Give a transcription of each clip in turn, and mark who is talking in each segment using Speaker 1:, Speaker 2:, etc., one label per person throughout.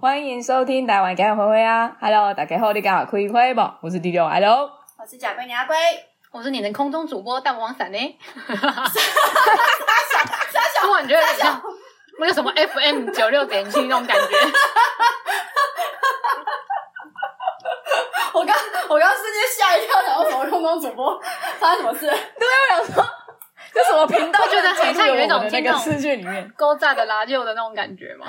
Speaker 1: 欢迎收听台湾家灰灰啊，Hello，大家好，你刚好可以会不？我是 DJ Hello，
Speaker 2: 我是假龟你阿龟，
Speaker 3: 我是你的空中主播蛋黄伞呢，
Speaker 2: 傻
Speaker 3: 突
Speaker 2: 小
Speaker 3: 然觉得有点像那个什么 FM 九六点七那种 感觉，
Speaker 2: 我刚我刚瞬间吓一跳，想说什么空中主播发生什么事？
Speaker 1: 我想说这什么频道，
Speaker 3: 我觉得很像有一种
Speaker 1: 那
Speaker 3: 听
Speaker 1: 个
Speaker 3: 众
Speaker 1: 视讯里面，
Speaker 3: 勾炸的拉旧的那种感觉嘛。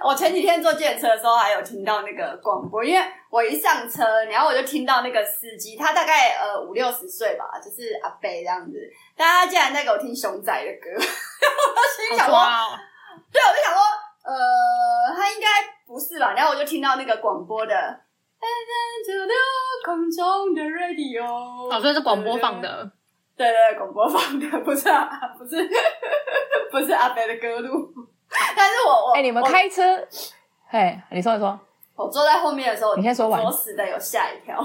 Speaker 2: 我前几天坐计程车的时候，还有听到那个广播，因为我一上车，然后我就听到那个司机，他大概呃五六十岁吧，就是阿伯这样子，但他竟然在给我听熊仔的歌，我心里想
Speaker 3: 好
Speaker 2: 说，
Speaker 3: 抓哦，
Speaker 2: 对，我就想说，呃，他应该不是吧？然后我就听到那个广播的。空中的 radio，
Speaker 3: 哦，所以是广播放的，
Speaker 2: 对对，对广播放的，不是啊，不是， 不是阿北的歌路。但是我我
Speaker 1: 哎、你们
Speaker 2: 我
Speaker 1: 开车，嘿，你说你说，
Speaker 2: 我坐在后面的时候，
Speaker 1: 你先说完
Speaker 2: 我死的有吓一跳。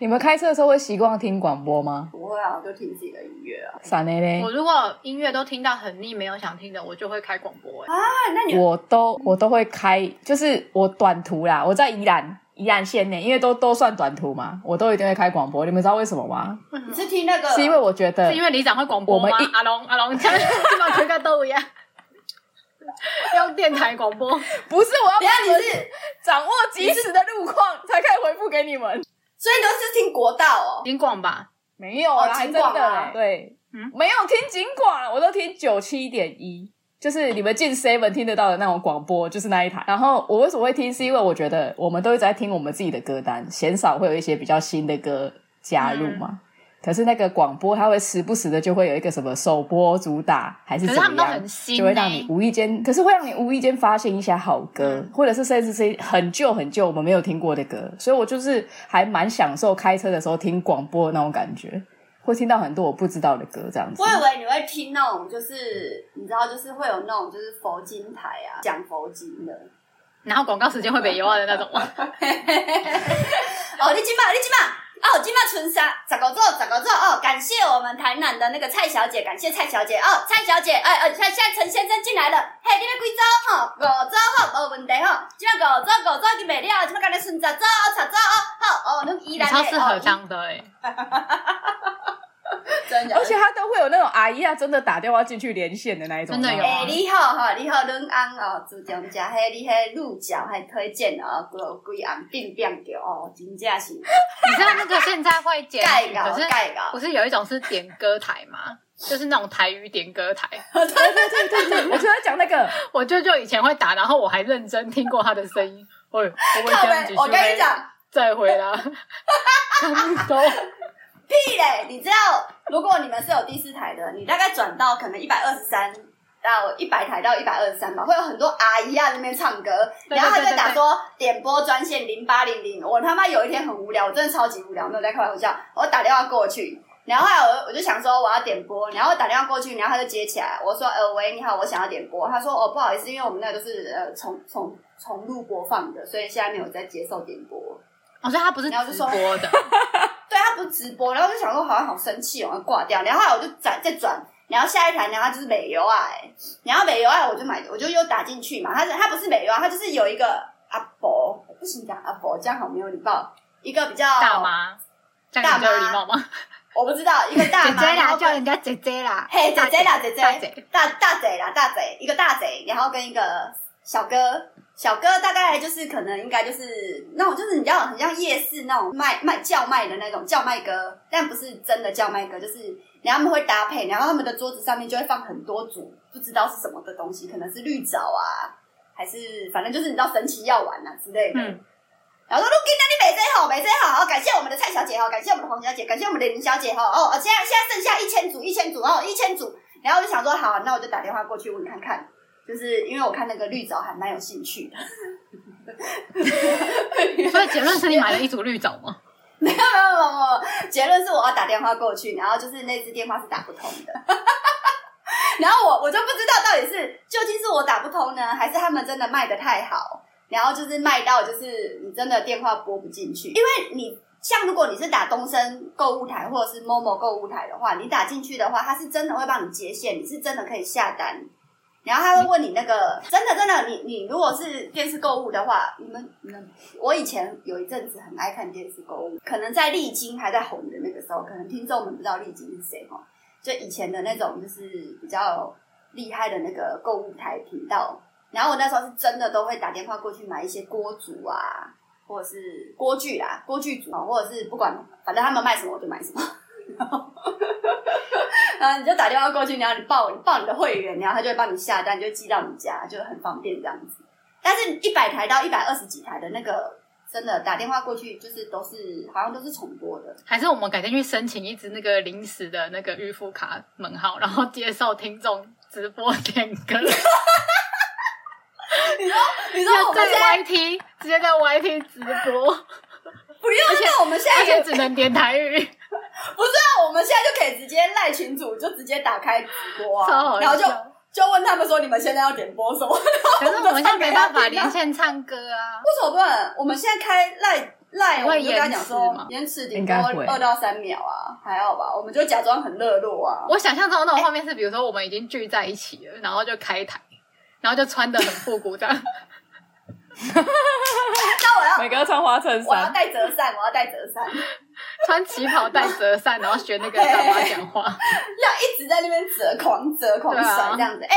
Speaker 1: 你们开车的时候会习惯听广播吗？
Speaker 2: 不会啊，我就听自己的音乐啊。
Speaker 1: 闪嘞嘞
Speaker 3: 我，如果音乐都听到很腻，没有想听的，我就会开广播、欸。
Speaker 2: 那那你
Speaker 1: 我都我都会开，就是我短途啦，我在宜兰宜兰县内，因为都都算短途嘛，我都一定会开广播。你们知道为什么吗？
Speaker 2: 你是听那个？
Speaker 1: 是因为我觉得
Speaker 3: 呃是因为里长会广播
Speaker 1: 我
Speaker 3: 吗
Speaker 1: 们一？
Speaker 3: 阿龙 阿龙，像基本全家都一样，用电台广播。
Speaker 1: 不是我要
Speaker 2: 等一下你是，
Speaker 1: 掌握及时的路况才可以回复给你们。
Speaker 2: 所以你都是听国道哦。
Speaker 3: 金广吧，
Speaker 1: 没有
Speaker 2: 哦
Speaker 1: 啦，还
Speaker 2: 警
Speaker 1: 真
Speaker 2: 广
Speaker 1: 的
Speaker 2: 啊
Speaker 1: 啦对，
Speaker 3: 嗯
Speaker 1: 没有听警广啦，我都听九七点一，就是你们进 seven 听得到的那种广播，就是那一台。然后我为什么会听，是因为我觉得我们都一直在听我们自己的歌单，鲜少会有一些比较新的歌加入
Speaker 3: 嗯
Speaker 1: 嘛。可是那个广播，它会时不时的就会有一个什么首播主打，还是怎
Speaker 3: 可是他
Speaker 1: 么
Speaker 3: 们都
Speaker 1: 样
Speaker 3: 很，新、欸，
Speaker 1: 就会让你无意间，可是会让你无意间发现一些好歌，
Speaker 2: 嗯
Speaker 1: 或者是甚至是很旧很旧我们没有听过的歌，所以我就是还蛮享受开车的时候听广播那种感觉，会听到很多我不知道的歌这样子
Speaker 2: 我。以为你会听那种，就是你知道，就是会有那种就是佛经台啊，讲佛经的。
Speaker 3: 然后广告时间会被优化的那 种吗？
Speaker 2: 哦，你今麦，你今麦，哦，今麦春沙，咋个做，咋个做哦！感谢我们台南的那个蔡小姐，感谢蔡小姐哦，蔡小姐，哎、哎，现、现在陈先生进来了，嘿，你们几组吼？五组吼，无问题吼，今麦五组五组已经卖了，今麦甲你顺十组哦，十组哦，好哦，恁依
Speaker 3: 你
Speaker 2: 然
Speaker 3: 超适合当的哎、欸，
Speaker 2: 哦真的
Speaker 1: 而且他都会有那种阿姨啊，真的打电话进去连线的那一种，
Speaker 3: 真的有
Speaker 1: 你知道
Speaker 2: 哎、
Speaker 1: 吗
Speaker 2: 你好哈，你好，恁翁哦，自从食迄你迄鹿角还推荐哦，有规红变变着哦，真正是
Speaker 3: 你知道那个现在会剪
Speaker 2: 盖
Speaker 3: 辑，
Speaker 2: 搞
Speaker 3: 可是
Speaker 2: 盖搞
Speaker 3: 不，是有一种是点歌台吗？就是那种台语点歌台，
Speaker 1: 对对对对对，我就在讲那个，
Speaker 3: 我舅舅以前会打，然后我还认真听过他的声音。哎，我会
Speaker 2: 靠
Speaker 3: 讲
Speaker 2: 北
Speaker 3: 几句，
Speaker 2: 我跟你讲。，
Speaker 3: 再回啦，看不懂。
Speaker 2: 屁嘞！你知道，如果你们是有第四台的，你大概转到可能一百二十三到一百台到一百二十三吧，会有很多阿姨啊在那边唱歌，
Speaker 3: 对
Speaker 2: 然后他
Speaker 3: 对
Speaker 2: 就
Speaker 3: 对
Speaker 2: 打
Speaker 3: 对
Speaker 2: 说点播专线零八零零。我他妈有一天很无聊，我真的超级无聊，没有在开玩笑，我打电话过去。然后后来我我就想说我要点播，然后我打电话过去，然后他就接起来，我说呃喂你好，我想要点播，他说哦不好意思，因为我们那个都是呃重重重录播放的，所以现在没有在接受点播。
Speaker 3: 我哦说他不是
Speaker 2: 然后就
Speaker 3: 直
Speaker 2: 说哦
Speaker 3: 播的，
Speaker 2: 对他不是直播，然后我就想说好像好生气哦，要挂掉。然后后来我就转再转，然后下一台，然后它就是美油啊、欸，然后美油啊我就买，我就又打进去嘛。它是它不是美油啊，它就是有一个阿伯，不行讲阿伯，这样好没有礼貌。一个比较
Speaker 3: 大，妈，这样你就有礼貌吗？
Speaker 2: 我不知道一个大妈，然后跟
Speaker 3: 家姐姐啦
Speaker 2: 嘿姐姐啦姐姐
Speaker 3: 大姐，
Speaker 2: 大大贼啦大贼，一个大贼，然后跟一个小哥。小哥大概就是可能应该就是那种就是你知道很像夜市那种卖卖叫卖的那种叫卖歌，但不是真的叫卖歌，就是然后他们会搭配，然后他们的桌子上面就会放很多组不知道是什么的东西，可能是绿藻啊，还是反正就是你知道神奇药丸啊之类的。
Speaker 3: 嗯，
Speaker 2: 然后说：“陆金，那你美真好，美真好，好，哦感谢我们的蔡小姐哦哈，感谢我们的黄小姐，感谢我们的林小姐哈。哦，现在现在剩下一千组，一千组哦，一千组。然后我就想说，好，那我就打电话过去问看看，就是因为我看那个绿藻还蛮有兴趣的。
Speaker 3: 所以结论是你买了一组绿藻吗？
Speaker 2: 没有没有没有没有， 结论是我要打电话过去，然后就是那支电话是打不通的。 然后我我就不知道到底是究竟是我打不通呢，还是他们真的卖的太好，然后就是卖到就是你真的电话拨不进去，因为你。像如果你是打东升购物台或者是 Momo 购物台的话，你打进去的话，它是真的会帮你接线，你是真的可以下单，然后他会问你那个，真的真的，你你如果是电视购物的话，你们你们，我以前有一阵子很爱看电视购物，可能在丽晶还在红的那个时候，可能听众们不知道丽晶是谁哈，就以前的那种就是比较厉害的那个购物台频道，然后我那时候是真的都会打电话过去买一些锅煮啊，或者是锅具啦，锅具组啊，或者是不管，反正他们卖什么我就买什么。 然后你就打电话过去，然后你报你报你的会员，然后他就会帮你下单，你就寄到你家，就很方便这样子。但是一百台到一百二十几台的那个，真的打电话过去就是都是好像都是重播 的。
Speaker 3: 还是我们改天去申请一支那个临时的那个预付卡门号，然后接受听众直播点歌，
Speaker 2: 你说
Speaker 3: 要
Speaker 2: 我们现在
Speaker 3: 在 YT 直接在 YT 直播，
Speaker 2: 不用，那我们现
Speaker 3: 而
Speaker 2: 在
Speaker 3: 且
Speaker 2: 也
Speaker 3: 只能点台语，
Speaker 2: 不是啊，我们现在就可以直接赖群主，就直接打开直播
Speaker 3: 超
Speaker 2: 啊，
Speaker 3: 好
Speaker 2: 然后就
Speaker 3: 笑。
Speaker 2: 就问他们说你们现在要点播什么？
Speaker 3: 可是我们现在没办法
Speaker 2: 然后
Speaker 3: 连线唱歌啊，
Speaker 2: 为什么不能？我们现在开赖赖，
Speaker 3: 不
Speaker 2: 我
Speaker 3: 会
Speaker 2: 们就跟他
Speaker 3: 延
Speaker 2: 讲
Speaker 3: 迟吗
Speaker 2: 说延迟顶多
Speaker 1: 应该会
Speaker 2: 二到三秒啊，还好吧？我们就假装很热络啊。
Speaker 3: 我想象中的那种画面是，比如说我们已经聚在一起了，然后就开台，然后就穿的很复古这样，
Speaker 2: 那我要
Speaker 1: 每个要穿花衬
Speaker 2: 我要
Speaker 1: 衫，
Speaker 2: 带折扇，我要带折扇，要
Speaker 3: 穿旗袍带折扇，然后学那个大妈讲话。
Speaker 2: 一直在那边折，狂折狂
Speaker 3: 对啊
Speaker 2: 甩这样子。哎、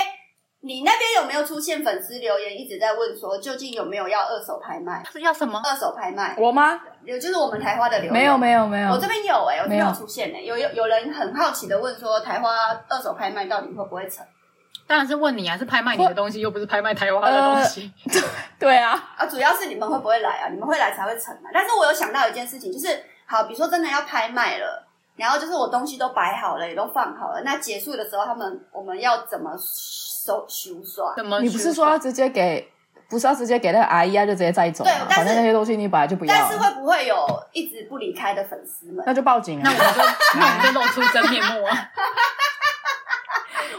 Speaker 2: 你那边有没有出现粉丝留言一直在问说，究竟有没有要二手拍卖？
Speaker 3: 是要什么？
Speaker 2: 二手拍卖，
Speaker 1: 我吗？
Speaker 2: 有就是我们台花的留言
Speaker 1: 没有没有没有
Speaker 2: 我，这边有哎、我这边
Speaker 1: 没
Speaker 2: 有
Speaker 1: 有
Speaker 2: 出现哎、有有有人很好奇的问说，台花二手拍卖到底会不会成？
Speaker 3: 当然是问你啊，是拍卖你的东西，又不是拍卖台湾的东西。
Speaker 1: 对啊，
Speaker 2: 啊，主要是你们会不会来啊？你们会来才会成嘛。但是我有想到一件事情，就是好，比如说真的要拍卖了，然后就是我东西都摆好了，也都放好了，那结束的时候，他们我们要怎么手修刷？
Speaker 3: 怎么？
Speaker 1: 你不是说要直接给，不是要直接给那个阿姨啊，就直接载走
Speaker 2: 对
Speaker 1: 吗？
Speaker 2: 但
Speaker 1: 反
Speaker 2: 是
Speaker 1: 正那些东西你本来就不要
Speaker 2: 但是
Speaker 1: 啊，
Speaker 2: 会不会有一直不离开的粉丝们？
Speaker 1: 那就报警
Speaker 3: 那
Speaker 1: 啊
Speaker 3: 我！们就那我们就露出真面目啊！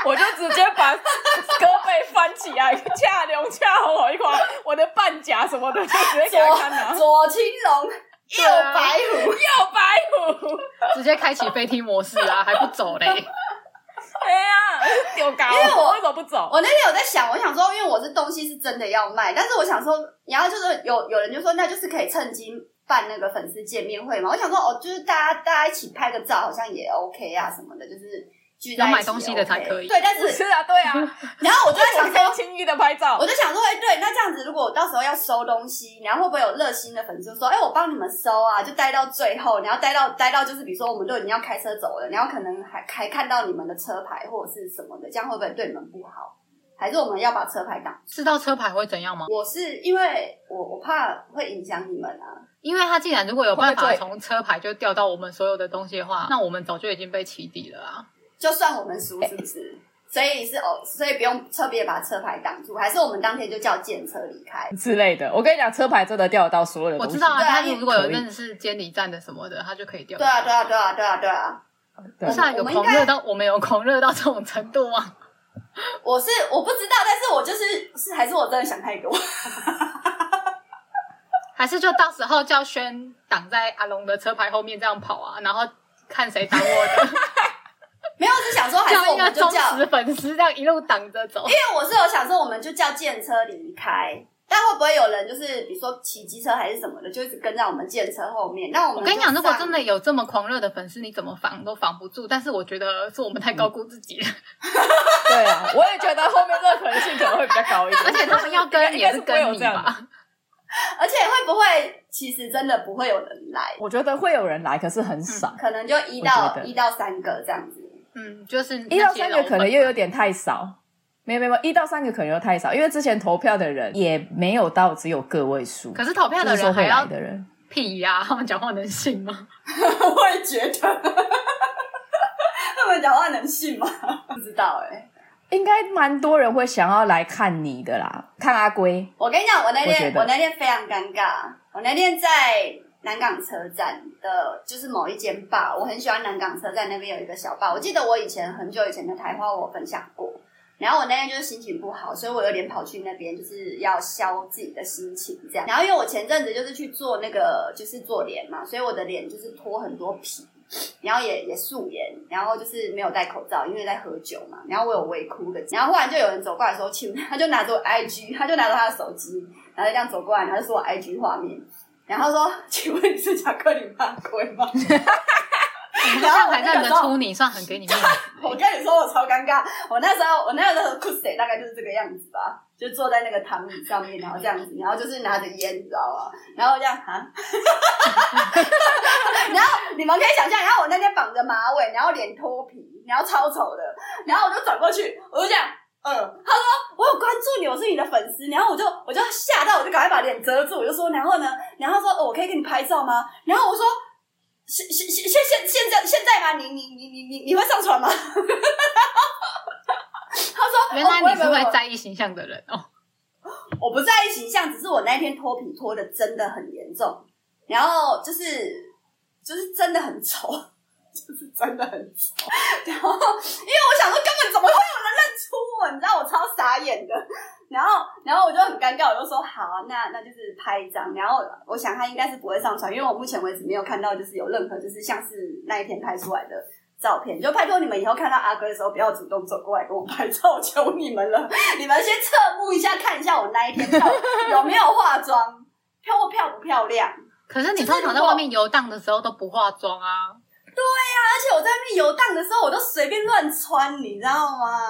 Speaker 1: 我就直接把胳背翻起来，恰流恰好一块，我的半甲什么的就直接给他看啊了、
Speaker 2: 左青 龙，右
Speaker 3: 啊
Speaker 2: 白虎，
Speaker 1: 小白虎，
Speaker 3: 直接开启飞踢模式啊，还不走嘞？
Speaker 1: 哎呀，丢搞，
Speaker 2: 因为我
Speaker 1: 为什么不走？
Speaker 2: 我那天有在想，我想说，因为我是东西是真的要卖，但是我想说，然后就是有有人就说，那就是可以趁机办那个粉丝见面会嘛。我想说，哦，就是大家大家一起拍个照，好像也 OK 啊什么的，就是聚在一起、
Speaker 3: 要买东西的才可以
Speaker 2: 对，但
Speaker 1: 不
Speaker 2: 是
Speaker 1: 是啊，对啊，
Speaker 2: 然后我就在
Speaker 1: 我
Speaker 2: 想
Speaker 1: 可以
Speaker 2: 说。
Speaker 1: 轻易的拍照
Speaker 2: 我。就想说，哎、对，那这样子，如果我到时候要收东西，然后会不会有热心的粉丝说，哎、我帮你们收啊，就待到最后，然后待到待到就是，比如说我们都已经要开车走了，然后可能还还看到你们的车牌或者是什么的，这样会不会对你们不好？还是我们要把车牌挡
Speaker 3: 知道车牌会怎样吗？
Speaker 2: 我是因为我我怕会影响你们啊，
Speaker 3: 因为他既然如果有办
Speaker 1: 会不
Speaker 3: 法
Speaker 1: 会
Speaker 3: 从车牌就调到我们所有的东西的
Speaker 2: 嗯
Speaker 3: 话，那我们早就已经被起底了啊！
Speaker 2: 就算我们输是不是？所以是哦，所以不用特别把车牌挡住，还是我们当天就叫建车离开？
Speaker 1: 之类的，我跟你讲，车牌真的调得到所有的
Speaker 3: 我
Speaker 1: 东西。
Speaker 3: 知道啊，
Speaker 2: 对啊
Speaker 3: 他
Speaker 2: 因为
Speaker 3: 如果有
Speaker 1: 可以
Speaker 3: 认识监理站的什么的，他就可以调
Speaker 2: 对。啊，对啊，对啊，对啊，对啊！
Speaker 1: 对
Speaker 3: 不是啊，
Speaker 2: 我
Speaker 3: 有
Speaker 2: 们
Speaker 3: 狂
Speaker 2: 应该
Speaker 3: 热到我们有狂热到这种程度啊吗？
Speaker 2: 我是我不知道，但是我就是是还是我真的想太多。
Speaker 3: 还是就到时候叫轩挡在阿龙的车牌后面这样跑啊，然后看谁挡我的，
Speaker 2: 没有，我是想说还是
Speaker 3: 叫
Speaker 2: 我
Speaker 3: 一个
Speaker 2: 们就
Speaker 3: 忠
Speaker 2: 叫，
Speaker 3: 实粉丝这样一路挡着走
Speaker 2: 因。为我是有想说我们就叫建车离开。但会不会有人就是比如说骑机车还是什么的，就一直跟在我们建车后面？那我们
Speaker 3: 我跟你讲，
Speaker 2: 就
Speaker 3: 如果
Speaker 2: 上
Speaker 3: 真的有这么狂热的粉丝，你怎么防都防不住。但是我觉得是我们太高估自 己了，
Speaker 1: 对啊，我也觉得后面这个可能性可能会比较高一点。
Speaker 3: 而且他们要跟也是跟你吧？
Speaker 2: 而且会不会其实真的不会有人来？
Speaker 1: 我觉得会有人来，可是很少，
Speaker 2: 可能就一
Speaker 1: 我
Speaker 2: 到
Speaker 1: 觉得
Speaker 2: 一到三个这样子。
Speaker 3: 嗯，就是
Speaker 1: 一
Speaker 3: 那
Speaker 1: 到
Speaker 3: 些
Speaker 1: 三
Speaker 3: 老
Speaker 1: 个
Speaker 3: 粉
Speaker 1: 可能又有点太少。没有没有，没有一到三个可能又太少，因为之前投票的人也没有到只有个位数，
Speaker 3: 可是投票
Speaker 1: 就
Speaker 3: 的
Speaker 1: 是说
Speaker 3: 人还
Speaker 1: 会来
Speaker 3: 要
Speaker 1: 的人，
Speaker 3: 屁呀、 他们讲话能信吗？
Speaker 2: 我也觉得， 他们讲话能信吗？不知道哎、
Speaker 1: 应该蛮多人会想要来看你的啦，看阿龟。
Speaker 2: 我跟你讲，我那
Speaker 1: 我觉
Speaker 2: 天
Speaker 1: 得
Speaker 2: 我那天非常尴尬。我那天在南港车站的，就是某一间坝，我很喜欢南港车站那边有一个小坝。我记得我以前很久以前的台花我分享过。然后我那天就是心情不好，所以我有点跑去那边，就是要消自己的心情这样。然后因为我前阵子就是去做那个，就是做脸嘛，所以我的脸就是脱很多皮，然后也也素颜，然后就是没有戴口罩，因为在喝酒嘛。然后我有微哭的，然后忽然就有人走过来说：“请。”他就拿着我 IG，他就拿着他的手机，然后就这样走过来，然后就说我 IG 画面，然后说：“ 请问你是巧克力犯规 吗？”
Speaker 3: 这样还认得 出你，算很给你面子。
Speaker 2: 我跟你说，我超尴尬。我那时候，我那时候 c o s 大概就是这个样子吧，就坐在那个躺椅上面，然后这样子，然后就是拿着烟，你知道吗？然后这样啊， 然后你们可以想象，然后我那天绑着马尾，然后脸脱皮，然后超丑的，然后我就转过去，我就这样。嗯，他说我有关注你，我是你的粉丝，然后我就我就吓到，我就赶快把脸遮住，我就说，然后呢，然后他说、哦、我可以给你拍照吗？然后我说现现现现现现在现在吗？你你你你你你会上传吗？ 他说
Speaker 3: 原来
Speaker 2: 哦不
Speaker 3: 你是会
Speaker 2: 不不
Speaker 3: 在意形象的人哦。
Speaker 2: 我不在意形象，只是我那天脱皮脱的真的很严重，然后就是就是真的很丑，就是真的很丑。然后因为我想说，根本怎么会有人认出我？你知道我超傻眼的。然后然后我就很尴尬，我就说好、啊，那那就是拍一张。然后我想他应该是不会上传，因为我目前为止没有看到就是有任何就是像是那一天拍出来的。照片就拜托你们以后看到阿哥的时候，不要主动走过来跟我拍照，求你们了。 你们先侧目一下，看一下我那一天到底有没有化妆，漂不漂不漂亮。而
Speaker 3: 可是你通常在外面游荡的时候都不化妆啊，
Speaker 2: 且我在那边游荡的时候，我都随便乱穿，你知道吗？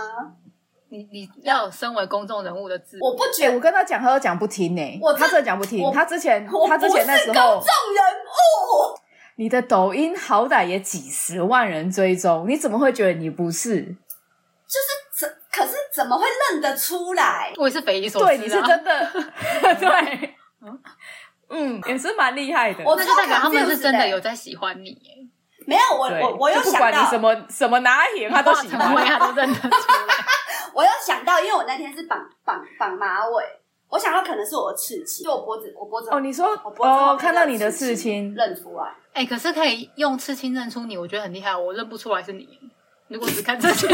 Speaker 3: 你你要有身为公众人物的自
Speaker 2: 我不
Speaker 1: 哎、
Speaker 2: 觉
Speaker 1: 我跟他讲，他都讲不听呢、哎
Speaker 2: 我
Speaker 1: 他真的讲不听
Speaker 2: 我。
Speaker 1: 他之前
Speaker 2: 我，
Speaker 1: 他之前那时
Speaker 2: 不是公
Speaker 1: 候，
Speaker 2: 众人物，
Speaker 1: 你的抖音好歹也几十万人追踪，你怎么会觉得你不是？
Speaker 2: 就是怎可是怎么会认得出来？
Speaker 3: 我也是匪夷所思、啊。
Speaker 1: 对，你是真的， 对，嗯，也是蛮厉害的。
Speaker 2: 我
Speaker 3: 那就代表
Speaker 2: 超
Speaker 3: 他们
Speaker 2: confused
Speaker 3: 是真的
Speaker 2: 欸
Speaker 3: 有在喜欢你欸耶，
Speaker 2: 没有我
Speaker 1: 对
Speaker 2: 我我有
Speaker 1: 就不
Speaker 2: 想
Speaker 1: 管你
Speaker 2: 到
Speaker 1: 什，么什么哪一行，他都
Speaker 3: 化
Speaker 1: 喜
Speaker 3: 成
Speaker 1: 欢
Speaker 3: 灰。他都认得出来。
Speaker 2: 我有想到，因为我那天是绑绑绑马尾，我想到可能是我的刺青，就我脖子我脖子
Speaker 1: 哦，你说
Speaker 2: 我脖子后面
Speaker 1: 哦，看到你的
Speaker 2: 有
Speaker 1: 刺青，
Speaker 2: 认出来。
Speaker 3: 哎、可是可以用刺青认出你，我觉得很厉害，我认不出来是你耶。如果只看 这些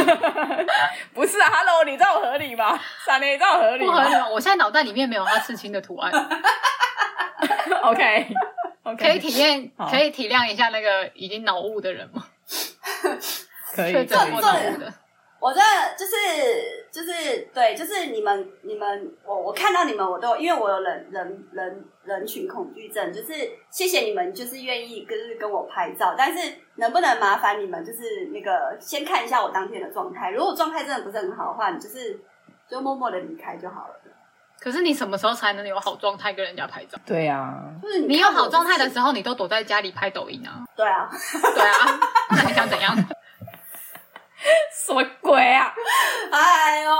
Speaker 1: 不是啊？Hello，你知道我合理吗？闪雷，你知道我合理
Speaker 3: 不合
Speaker 1: 吗
Speaker 3: 理哦吗？我现在脑袋里面没有他刺青的图案，
Speaker 1: ？OK，
Speaker 3: 可以
Speaker 1: OK，
Speaker 3: 体验，
Speaker 1: 好
Speaker 3: 可以体谅一下那个已经脑雾的人吗？
Speaker 1: 可以，
Speaker 3: 确诊过
Speaker 2: 这
Speaker 3: 脑
Speaker 2: 这
Speaker 3: 雾的，
Speaker 2: 我这就是就是对，就是你们你们我我看到你们我都因为我有人人人人群恐惧症，就是谢谢你们就是愿意就是跟我拍照，但是能不能麻烦你们就是那个先看一下我当天的状态，如果状态真的不是很好的话，你就是就默默的离开就好了。
Speaker 3: 可是你什么时候才能有好状态跟人家拍照？
Speaker 1: 对啊，
Speaker 2: 就是
Speaker 3: 你有
Speaker 2: 看我
Speaker 3: 好状态的
Speaker 2: 就是
Speaker 3: 时候，你都躲在家里拍抖音啊？
Speaker 2: 对啊，
Speaker 3: 对啊，那你想怎 样？
Speaker 1: 什么鬼啊？
Speaker 2: 哎呦，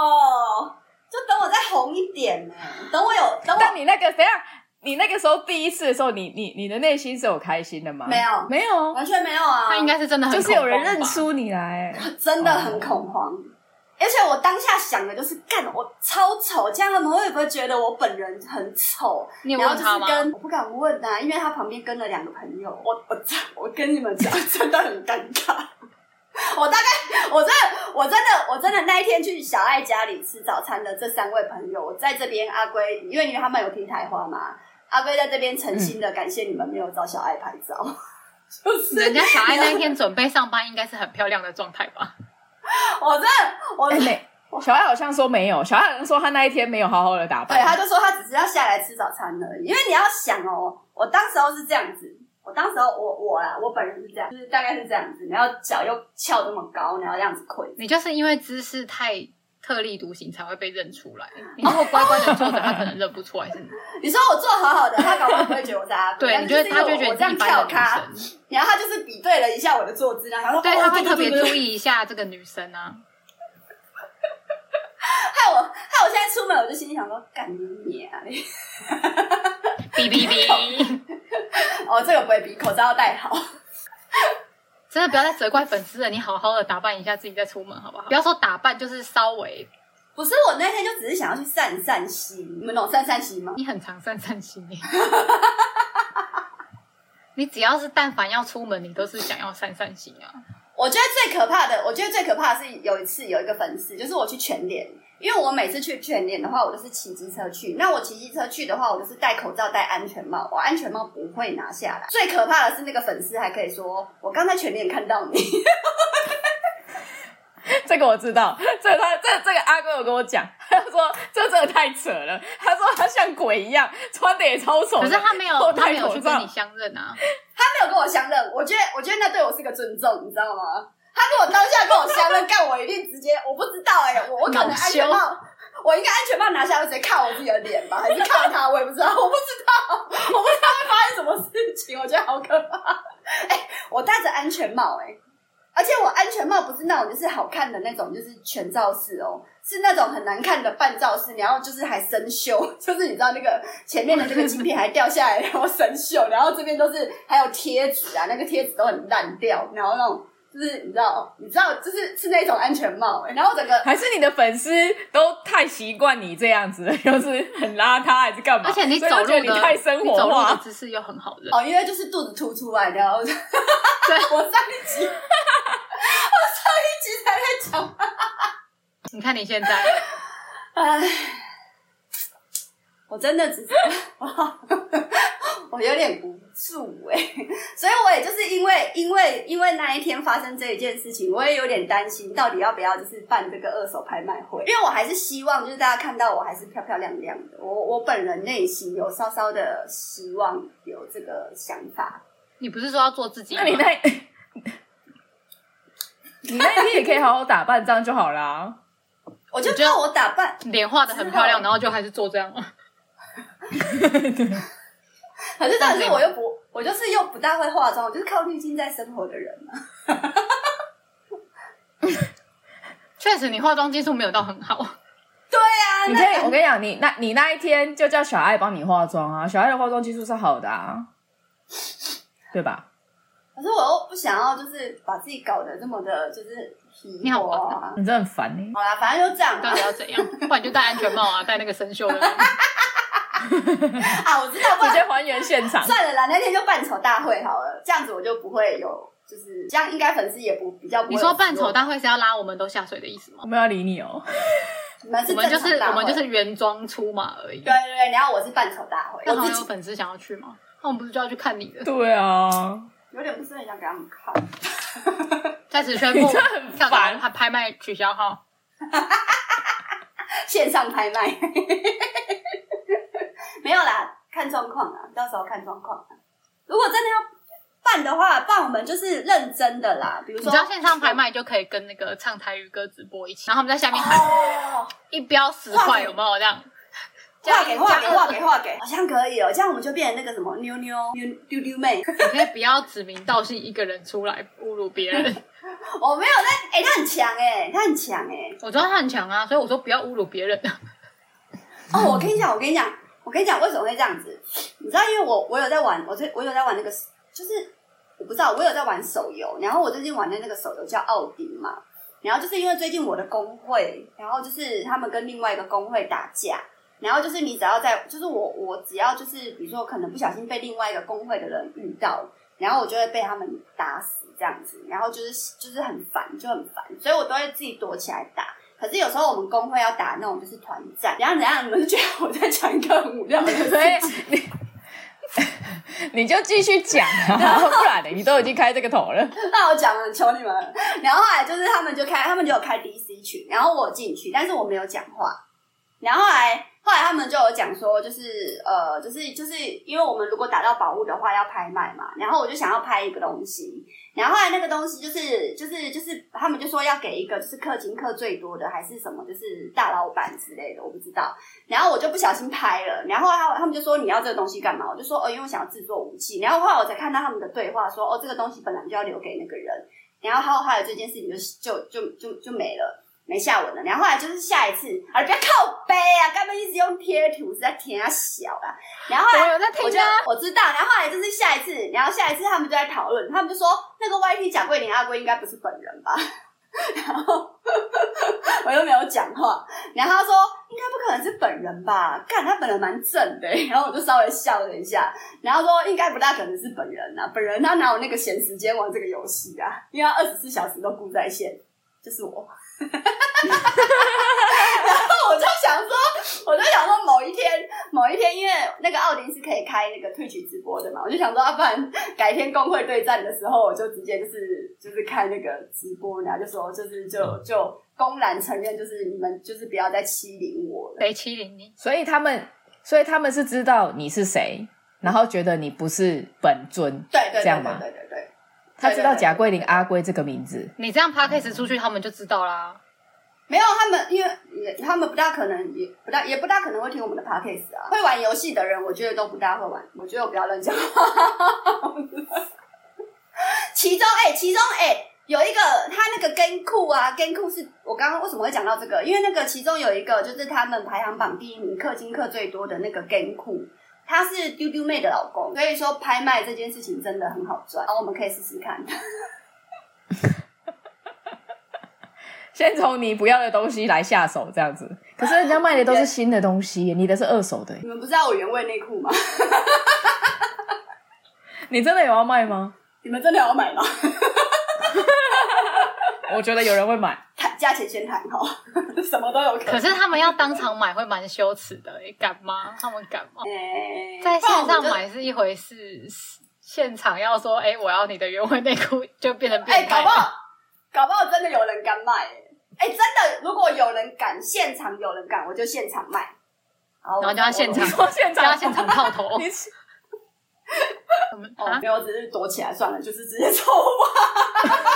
Speaker 2: 就等我再红一点呢、等我有等我
Speaker 1: 但你那个，等一下，你那个时候第一次的时候，你你你的内心是有开心的吗？
Speaker 2: 没有
Speaker 1: 没有，
Speaker 2: 完全没有啊，
Speaker 3: 他应该是真的很
Speaker 1: 就是有人
Speaker 3: 恐慌
Speaker 1: 认
Speaker 3: 吧。
Speaker 1: 出你来。
Speaker 2: 真的很恐慌。
Speaker 3: 哦
Speaker 2: 而且我当下想的就是，干我超丑，这样他们会不会觉得我本人很丑？
Speaker 3: 你有
Speaker 2: 然后就
Speaker 3: 问他
Speaker 2: 是
Speaker 3: 吗？
Speaker 2: 跟我不敢问啊，因为他旁边跟了两个朋友，我我真我跟你们讲，真的很尴尬。 我大概我真的我真的我真的那一天去小爱家里吃早餐的这三位朋友，我在这边阿龟，因为因为他们有听台花嘛，阿龟在这边诚心的感谢你们没有找小爱拍照， 就是
Speaker 3: 人家小爱那一天准备上班，应该是很漂亮的状态吧？
Speaker 2: 我真的我
Speaker 1: 哎、没，小爱好像说没有，小爱好像说他那一天没有好好的打扮。
Speaker 2: 对，他就说他只是要下来吃早餐而已。因为你要想哦，我当时候是这样子，我当时候我我啦，我本人是这样，就是大概是这样子，然后脚又翘这么高，然后这样子跪着。
Speaker 3: 你就是因为姿势太特立独行才会被认出来。你如果乖乖的坐着，他可能认不出来是你。
Speaker 2: 你说我坐好好的，他搞不好不会觉得我在 阿贵
Speaker 3: 对，
Speaker 2: 但
Speaker 3: 你
Speaker 2: 是
Speaker 3: 就
Speaker 2: 就是是
Speaker 3: 他就
Speaker 2: 因为
Speaker 3: 觉
Speaker 2: 我
Speaker 3: 得
Speaker 2: 这
Speaker 3: 你是
Speaker 2: 样
Speaker 3: 一般
Speaker 2: 翘
Speaker 3: 的
Speaker 2: 咖，
Speaker 3: 女生，
Speaker 2: 然后他就是比对了一下我的坐姿，然后他说
Speaker 3: 对，
Speaker 2: 哦
Speaker 3: 他会特
Speaker 2: 对
Speaker 3: 别
Speaker 2: 对
Speaker 3: 注
Speaker 2: 对
Speaker 3: 意一下这个女生啊。
Speaker 2: 害我害我现在出门我就心里想说干你娘嘞！
Speaker 3: 哔哔哔！
Speaker 2: 哦，这个不会比口罩要戴好。
Speaker 3: 真的不要再责怪粉丝了，你好好的打扮一下自己再出门，好不好？不要说打扮，就是稍微，
Speaker 2: 不是我那天就只是想要去散散心，你们懂散散心吗？
Speaker 3: 你很常散散心 耶。你只要是但凡要出门，你都是想要散 散心啊。
Speaker 2: 我觉得最可怕的，我觉得最可怕的是有一次有一个粉丝，就是我去全联，因为我每次去全联的话，我都是骑机车去。那我骑机车去的话，我就是戴口罩、戴安全帽，我安全帽不会拿下来。最可怕的是那个粉丝还可以说：“我刚在全联看到你。
Speaker 1: 这个我知道，这个他这这个阿公有跟我讲，他说这真的太扯了。他说他像鬼一样，穿的也超丑的。
Speaker 3: 可是他没有，
Speaker 1: 都
Speaker 3: 他
Speaker 1: 戴
Speaker 3: 没有
Speaker 1: 口
Speaker 3: 去
Speaker 1: 罩
Speaker 3: 跟你相认 啊。”
Speaker 2: 他没有跟我相认，我觉得我觉得那对我是个尊重，你知道吗？他如果当下跟我相认，干我一定直接我不知道哎、我我可能
Speaker 1: 恼羞
Speaker 2: 安全帽。我应该安全帽拿下来，我直接看我自己的脸吧，还是看他？我也不知道，我不知道，我不知道会发生什么事情，我觉得好可怕。哎、我戴着安全帽、哎，而且我安全帽不是那种就是好看的那种，就是全罩式哦，是那种很难看的半罩式，然后就是还生锈， 就是你知道那个前面的那个镜片还掉下来，然后生锈，然后这边都是还有贴纸啊，那个贴纸都很烂掉，然后那种就是你知道，你知道，就是是那种安全帽、哎然后整 个
Speaker 1: 还是你的粉丝都太习惯你这样子了， 就是很邋遢还是干嘛？
Speaker 3: 而且你
Speaker 1: 所
Speaker 3: 走
Speaker 1: 以就
Speaker 3: 路
Speaker 1: 觉得
Speaker 3: 的，
Speaker 1: 你太生
Speaker 3: 你
Speaker 1: 活
Speaker 3: 走路的
Speaker 1: 化，
Speaker 3: 姿势又很好认。
Speaker 2: 哦，因为就是肚子凸出来，然后对 我上一集，我上一集才在讲，
Speaker 3: 你看你现在，
Speaker 2: 唉，我真的只是 我有点无助哎、所以我也就是因为因为因为那一天发生这一件事情，我也有点担心，到底要不要就是办这个二手拍卖会？因为我还是希望就是大家看到我还是漂漂亮亮的，我我本人内心有稍稍的希望有这个想法，
Speaker 3: 你不是说要做自己啊吗？
Speaker 1: 那你那，你 那一天也可以好好打扮，这样就好 啦。
Speaker 2: 我就怕我打扮，
Speaker 3: 脸画的很漂亮，然后就还是做这样吗？
Speaker 2: 可是但是我又不，我就是又不大会化妆，我就是靠滤镜在生活的人嘛。
Speaker 3: 确实，你化妆技术没有到很好。
Speaker 2: 啊
Speaker 1: 你可以，我跟你讲，你那你那一天就叫小爱帮你化妆啊，小爱的化妆技术是好的啊，对吧？
Speaker 2: 可是我又不想要，就是把自己搞得这么的，就是皮
Speaker 3: 你好
Speaker 2: 薄啊。
Speaker 1: 你真的很烦呢、
Speaker 2: 好啦，反正就这样
Speaker 3: 到
Speaker 2: 啦
Speaker 3: 底要怎 样？不然就戴安全帽啊，戴那个生锈的。
Speaker 2: 啊，我知道，不
Speaker 1: 直接
Speaker 2: 然
Speaker 1: 还原现 场。
Speaker 2: 算了啦，那天就扮丑大会好了，这样子我就不会有，就是这样，应该粉丝也不比较不会
Speaker 3: 你
Speaker 2: 有
Speaker 3: 说扮
Speaker 2: 失落
Speaker 3: 丑大会是要拉我们都下水的意思吗
Speaker 1: 我？没有要理你哦，
Speaker 2: 你们是
Speaker 3: 我们就
Speaker 2: 正常
Speaker 3: 是
Speaker 2: 大
Speaker 3: 我
Speaker 2: 会
Speaker 3: 们就是原装出马而已
Speaker 2: 对。对对，然后我是扮丑大会，
Speaker 3: 那
Speaker 2: 我
Speaker 3: 好
Speaker 2: 自
Speaker 3: 啊像有
Speaker 2: 己
Speaker 3: 粉丝想要去吗？那我们不是就要去看你的？
Speaker 1: 对啊，
Speaker 2: 有点不是很想给他们看。
Speaker 3: 在此宣
Speaker 1: 你
Speaker 3: 布
Speaker 1: 真的很，
Speaker 3: 跳
Speaker 1: 烦
Speaker 3: 蚤拍拍卖取消哈。
Speaker 2: 线上拍卖，没有啦，看状况啦，到时候看状况啦。如果真的要办的话，办我们就是认真的啦，比如
Speaker 3: 你
Speaker 2: 说
Speaker 3: 知道线上拍卖就可以跟那个唱台语歌直播一起，然后他们在下面喊
Speaker 2: 哦，
Speaker 3: 一标十块，有没有这 样？
Speaker 2: 画给画给
Speaker 3: 加一
Speaker 2: 画给画给，好像可以哦，这样我们就变成那个什么妞妞妞丢丢妹。
Speaker 3: 你可以不要指名道姓一个人出来侮辱 别人。
Speaker 2: 我没有在，哎、他很强哎、他很强哎、
Speaker 3: 我知道他很强啊，所以我说不要侮辱 别人。
Speaker 2: 啊哦，我跟你讲，我跟你讲，我跟你讲，为什么会这样子？你知道，因为我我有在玩，我最我有在玩那个，就是我不知道，我有在玩手游，然后我最近玩的那个手游叫奥丁嘛，然后就是因为最近我的工会，然后就是他们跟另外一个工会打架。然后就是你只要在，就是我我只要就是，比如说可能不小心被另外一个工会的人遇到，然后我就会被他们打死这样子，然后就是就是很烦，就很烦，所以我都会自己躲起来打。可是有时候我们工会要打那种就是团战，怎样怎样，你们就觉得我在讲一个很无聊的事
Speaker 1: 所以 你你就继续讲 啊，不然呢，你都已经开这个头了。
Speaker 2: 那我讲了，求你们 了。然后后来就是他们就开，他们就有开 DC 群，然后我进去，但是我没有讲话。然后后来后来他们就有讲说，就是呃，就是就是因为我们如果打到宝物的话要拍卖嘛，然后我就想要拍一个东西，然后后来那个东西就是就是就是他们就说要给一个就是氪金氪最多的还是什么，就是大老板之类的，我不知道。然后我就不小心拍了，然后他他们就说你要这个东西干嘛？我就说哦，因为我想要制作武器。然后后来我才看到他们的对话说，哦，这个东西本来就要留给那个人。然后还有还有这件事情就就就就就没了，没下文了。然后后来就是下一次，啊，不要靠背啊，干嘛一直用贴图是在填啊小啊。然后后来
Speaker 3: 我有在
Speaker 2: 我
Speaker 3: 听
Speaker 2: 就
Speaker 3: 啊，
Speaker 2: 我知道，然后后来就是下一次，然后下一次他们就在讨论，他们就说那个 YT 贾桂林阿龟应该不是本人吧？ 然后我又没有讲话，然后他说应该不可能是本人吧？看他本人蛮正的欸、 然后我就稍微笑了一下，然后说应该不大可能是本人啊，本人他哪有那个闲时间玩这个游戏啊？因为他二十四小时都顾在线，就是我。然后后我就想说，我就想说某一天，某一天，因为那个奥林是可以开那个退取直播的嘛，我就想说，要、啊不然改天工会对战的时候，我就直接就是就是开那个直播，然后就说就是就就公然承认，就是你们就是不要再欺凌我了。
Speaker 3: 谁欺凌你？
Speaker 1: 所以他们，所以他们是知道你是谁，然后觉得你不是本尊，
Speaker 2: 对对对
Speaker 1: 这样
Speaker 2: 对
Speaker 1: 吗
Speaker 2: 对对对。
Speaker 1: 他知道
Speaker 2: 对对对
Speaker 1: 贾桂林阿龟这个名字，
Speaker 3: 你这样 p a c a s e 出去，他们就知道啦。
Speaker 2: 没有，他们因为也他们不大可能，也不大也不大可能会听我们的 podcast 啊。会玩游戏的人，我觉得都不大会玩。我觉得我不要乱讲话。其中，哎、其中，哎、有一个他那个跟库啊，跟库是我刚刚为什么会讲到这个？因为那个其中有一个就是他们排行榜第一名氪金氪最多的那个跟库。他是丢丢妹的老公，所以说拍卖这件事情真的很好赚，哦然后我们可以试试看。
Speaker 1: 先从你不要的东西来下手，这样子。可是人家卖的都是新的东西，你的是二手的，
Speaker 2: 你们不知道我原味内 裤吗？
Speaker 1: 你真的有要卖吗？
Speaker 2: 你们真的有买吗？
Speaker 1: 我觉得有人会买，
Speaker 2: 谈价钱先谈好， 什么都有可
Speaker 3: 可
Speaker 2: 能。
Speaker 3: 是他们要当场买会蛮羞耻的、欸，敢吗？他们敢吗？
Speaker 2: 哎
Speaker 3: 在线
Speaker 2: 不然
Speaker 3: 上
Speaker 2: 我就
Speaker 3: 买是一回事，现场要说，哎、我要你的原味内裤，就变成
Speaker 2: 哎、
Speaker 3: 变态
Speaker 2: 搞不
Speaker 3: 了。
Speaker 2: 好，搞不好真的有人敢买、哎、真的，如果有人敢，现场有人敢，我就现场卖。好
Speaker 3: 然后就要现 场
Speaker 1: 你说现
Speaker 3: 加
Speaker 1: 场
Speaker 3: 现场套头，
Speaker 1: 你
Speaker 3: 我们
Speaker 2: 我
Speaker 3: 啊
Speaker 2: 哦，没有，我只是躲起来算了，就是直接抽吧。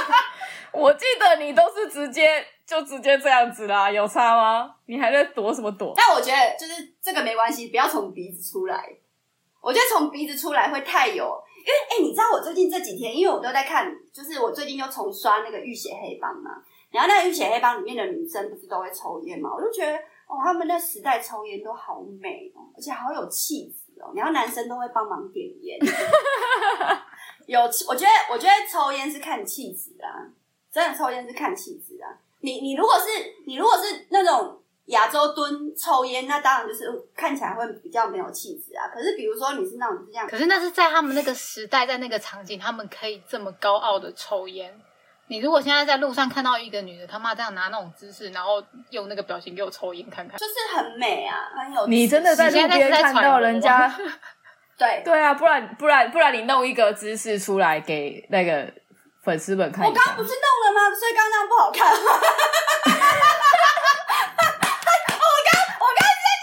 Speaker 1: 我记得你都是直接就直接这样子啦，有差吗？你还在躲什么躲？
Speaker 2: 但我觉得就是这个没关系，不要从鼻子出来。我觉得从鼻子出来会太有，因为哎、你知道我最近这几天，因为我都在看，就是我最近又重刷那个《浴血黑帮》嘛，然后那个《浴血黑帮》里面的女生不是都会抽烟嘛，我就觉得哦，他们那时代抽烟都好美哦，而且好有气质哦，然后男生都会帮忙点烟，有我觉得我觉得抽烟是看气质啊，真的抽烟是看气质啊，你你如果是你如果是那种亚洲蹲抽烟，那当然就是看起来会比较没有气质啊。可是比如说你是那种就是这样，
Speaker 3: 可是那是在他们那个时代，在那个场景，他们可以这么高傲的抽烟。你如果现在在路上看到一个女的，他妈这样拿那种姿势，然后用那个表情给我抽烟看看，
Speaker 2: 就是很美啊，很有
Speaker 1: 你真的在
Speaker 3: 你
Speaker 1: 路
Speaker 3: 现在是
Speaker 1: 边
Speaker 3: 在
Speaker 1: 看到人家？
Speaker 2: 对。
Speaker 1: 对啊，不然不然不然你弄一个姿势出来给那个粉丝们看
Speaker 2: 我
Speaker 1: 一
Speaker 2: 刚
Speaker 1: 下
Speaker 2: 刚不。是弄了吗？所以刚刚那样不好看。 哦我刚我刚是在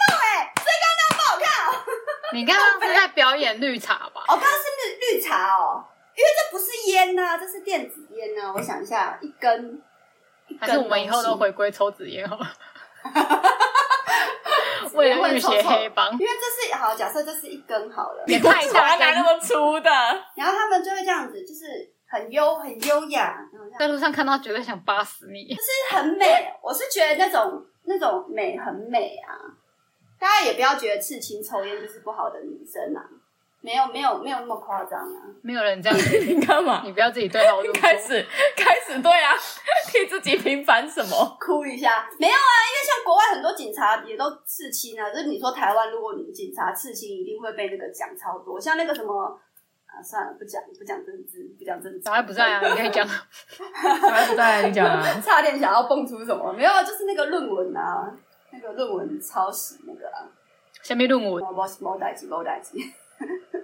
Speaker 2: 弄哎、所以刚刚那样不好看、哦。
Speaker 3: 你刚刚是在表演绿茶吧？
Speaker 2: 我刚刚是绿绿茶哦，因为这不是烟呐、这是电子烟呐、我想一下，一根。一
Speaker 3: 还
Speaker 2: 根
Speaker 3: 是我们以后
Speaker 2: 东
Speaker 3: 都
Speaker 2: 西
Speaker 3: 回归抽纸烟好了？
Speaker 2: 纸
Speaker 3: 为
Speaker 2: 烟
Speaker 3: 了
Speaker 2: 会
Speaker 3: 浴
Speaker 2: 臭
Speaker 3: 血
Speaker 2: 臭
Speaker 3: 黑 帮
Speaker 2: 因为这是好，假设这是一根好了，
Speaker 3: 也太大
Speaker 1: 还拿那
Speaker 3: 根，
Speaker 1: 么粗的，
Speaker 2: 然后他们就会这样子，就是很优很优雅，然后这样
Speaker 3: 在路上看到绝对想扒死你。
Speaker 2: 就是很美。我是觉得那种那种美很美啊，大家也不要觉得刺青抽烟就是不好的女生啊，没有没有没有那么夸张啊。
Speaker 3: 没有人这 样子，
Speaker 1: 你干嘛？
Speaker 3: 你不要自己对号入座。
Speaker 1: 开始开始对啊，替自己平反什么？
Speaker 2: 哭一下，没有啊，因为像国外很多警察也都刺青啊，就是你说台湾，如果你警察刺青，一定会被那个讲超多，像那个什么啊，算了，不讲不讲政治，不讲政治，
Speaker 3: 小孩不在啊，你可以讲。
Speaker 1: 还不在你讲啊？
Speaker 2: 差点想要蹦出什么，没有，啊，就是那个论文啊，那个论文抄袭那个啊，
Speaker 3: 下面论文，
Speaker 2: 某某某代机某代机，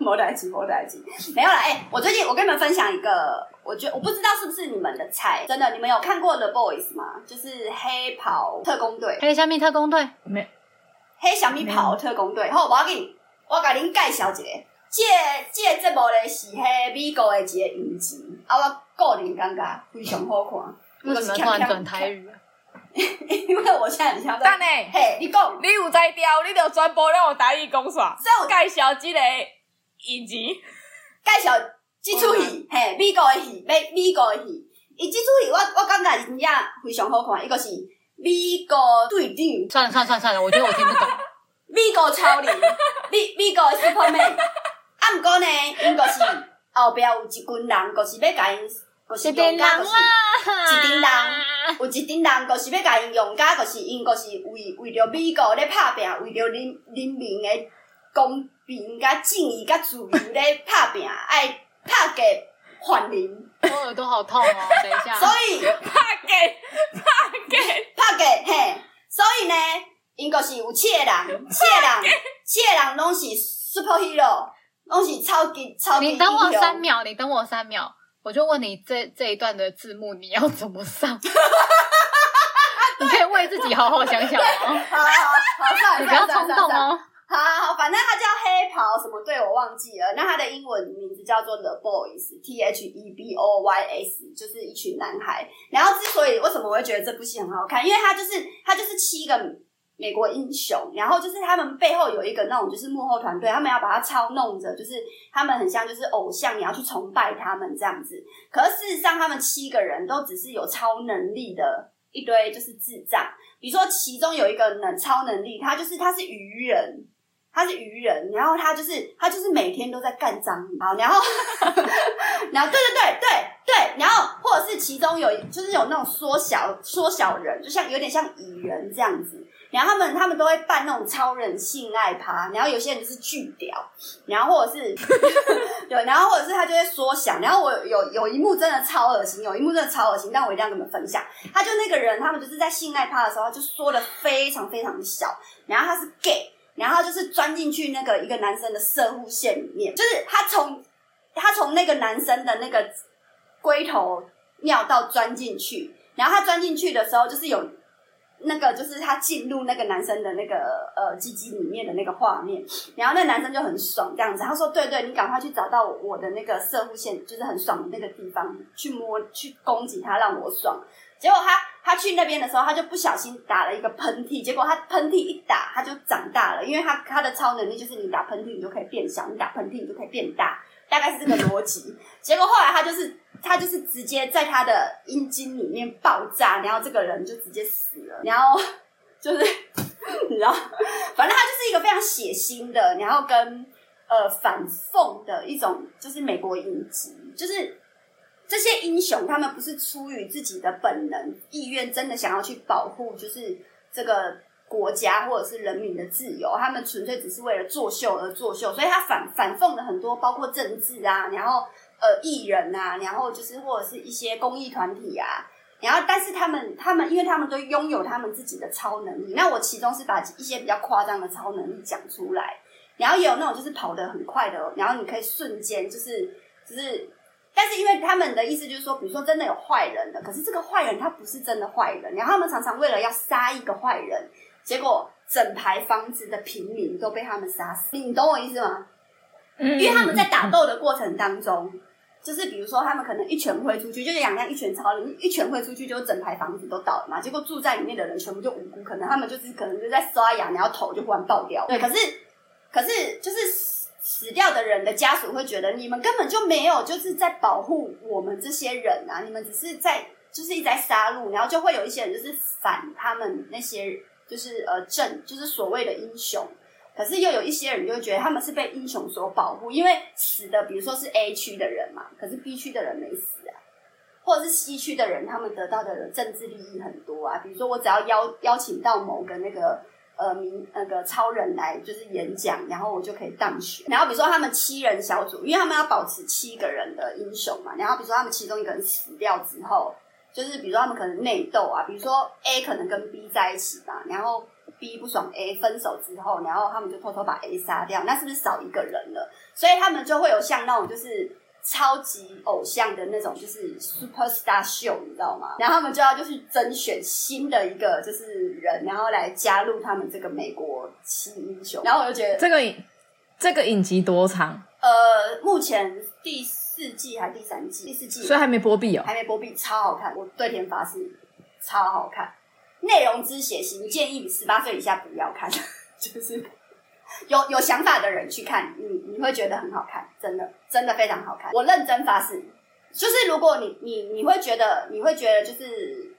Speaker 2: 某代机某代机，没有啦，哎、我最近我跟你们分享一个，我觉我不知道是不是你们的菜，真的，你们有看过 The Boys 吗？就是黑袍特工队。
Speaker 3: 哎黑下面特工队，
Speaker 1: 没
Speaker 2: 黑小米跑特工队，好，我要给我甲恁介绍一个，这这节目咧是迄美国的一个影集，啊，我个人感觉非常好看。
Speaker 3: 为什么突然转台语啊？
Speaker 2: 因为我现在很像
Speaker 1: 蛋
Speaker 2: 在，
Speaker 1: 呢、
Speaker 2: 嘿，你讲，
Speaker 1: 你有在调，你就转播让我打义工耍，
Speaker 2: 所以我
Speaker 1: 介绍这个影集。
Speaker 2: 介绍即出
Speaker 3: 哦
Speaker 2: 戏，嘿，美国的戏，美美国的戏，伊即出戏我我感觉真正非常好看，伊个是美国队长。
Speaker 3: 算了算了算了算了，我觉得我听不懂。
Speaker 2: 美国超 人，美美国的 Superman。啊，毋过呢，因就是后壁有一群人，就是要甲因，就是
Speaker 3: 一群
Speaker 2: 用
Speaker 3: 人啊
Speaker 2: 甲，就是一群
Speaker 3: 啦，
Speaker 2: 人 有一群人，就是要甲因用甲，就是因就是为为着美国咧拍拼，为着人人民的公平、甲正义、甲自由咧拍拼，爱拍给犯人，
Speaker 3: 我耳 朵好痛哦，等一下
Speaker 2: 所。以
Speaker 1: 怕给怕给，
Speaker 2: 拍给嘿，所以呢，因就是有七个人，七个人，七个人拢是 superhero，拢是超级超级英
Speaker 3: 你
Speaker 2: 雄。
Speaker 3: 等我三秒，你等我三秒，我就问你这这一段的字幕你要怎 么上？你可以为自己好好想想哦，
Speaker 2: 好好好，算
Speaker 3: 你
Speaker 2: 了
Speaker 3: 不
Speaker 2: 算了
Speaker 3: 要
Speaker 2: 算
Speaker 3: 冲
Speaker 2: 了
Speaker 3: 动
Speaker 2: 算了。
Speaker 3: 哦。
Speaker 2: 好好好，反正他叫黑袍什么队我忘记了。那他的英文名字叫做 The Boys，T H E B O Y S，就是一群男孩。然后之所以为什么我会觉得这部戏很好看，因为他就是他就是七个美国英雄，然后就是他们背后有一个那种就是幕后团队，他们要把它操弄着，就是他们很像就是偶像，你要去崇拜他们这样子。可是事实上，他们七个人都只是有超能力的一堆就是智障。比如说，其中有一个能超能力，他就是他是鱼人，他是鱼人，然后他就是他就是每天都在干章鱼，好，然后 然后对对对对对，然后或者是其中有就是有那种缩小缩小人，就像有点像蚁人这样子。然后他们他们都会办那种超人性爱趴，然后有些人就是巨屌，然后或者是 对，然后或者是他就会缩小，然后我有有一幕真的超恶心，有一幕真的超恶心，但我一定要跟你们分享。他就那个人，他们就是在性爱趴的时候，他就缩的非常非常小，然后他是 gay，然后就是钻进去那个一个男生的射护线里面，就是他从他从那个男生的那个龟头尿道钻进去，然后他钻进去的时候，就是有那个就是他进入那个男生的那个呃鸡鸡里面的那个画面，然后那个男生就很爽这样子，他说：“对对，你赶快去找到我的那个射护线，就是很爽的那个地方去摸去攻击他，让我爽。”结果他他去那边的时候，他就不小心打了一个喷嚏，结果他喷嚏一打，他就长大了，因为他他的超能力就是你打喷嚏你就可以变小，你打喷嚏你就可以变大，大概是这个逻辑。结果后来他就是他就是直接在他的阴茎里面爆炸，然后这个人就直接死了，然后就是你知道，反正他就是一个非常血腥的，然后跟呃反讽的一种，就是美国影集，就是这些英雄他们不是出于自己的本能意愿，真的想要去保护，就是这个。国家或者是人民的自由，他们纯粹只是为了作秀而作秀，所以他反反讽了很多，包括政治啊，然后呃艺人啊，然后就是或者是一些公益团体啊，然后但是他们他们因为他们都拥有他们自己的超能力，那我其中是把一些比较夸张的超能力讲出来，然后也有那种就是跑得很快的，然后你可以瞬间就是就是。但是因为他们的意思就是说，比如说真的有坏人的，可是这个坏人他不是真的坏人，然后他们常常为了要杀一个坏人，结果整排房子的平民都被他们杀死，你懂我意思吗？
Speaker 1: 因
Speaker 2: 因为他们在打斗的过程当中，就是比如说他们可能一拳挥出去，就是两辆一拳超人，一拳挥出去就整排房子都倒了嘛。结果住在里面的人全部就无辜，可能他们就是可能就在刷牙，然后头就忽然爆掉。对，可是可是就是死死掉的人的家属会觉得你们根本就没有就是在保护我们这些人啊，你们只是在就是一直在杀戮，然后就会有一些人就是反他们那些就是呃正就是所谓的英雄。可是又有一些人就会觉得他们是被英雄所保护，因为死的比如说是 A 区的人嘛，可是 B 区的人没死啊，或者是 C 区的人，他们得到的政治利益很多啊。比如说我只要邀邀请到某个那个呃名那个超人来就是演讲，然后我就可以当选。然后比如说他们七人小组，因为他们要保持七个人的英雄嘛，然后比如说他们其中一个人死掉之后，就是比如说他们可能内斗啊，比如说 A 可能跟 B 在一起嘛，然后 B 不爽 A 分手之后，然后他们就偷偷把 A 杀掉，那是不是少一个人了？所以他们就会有像那种就是超级偶像的那种就是 super star 秀，你知道吗？然后他们就要就是甄选新的一个就是人，然后来加入他们这个美国七英雄。然后我就觉得，
Speaker 1: 这个影这个影集多长？
Speaker 2: 呃，目前第四季还是第三季？第四季
Speaker 1: 所以还没播毕哦。
Speaker 2: 还没播毕，超好看，我对天发誓，超好看。内容之血腥，建议十八岁以下不要看， 就是有有想法的人去看，你你会觉得很好看，真的真的非常好看。我认真发誓，就是如果你你你会觉得你会觉得就是，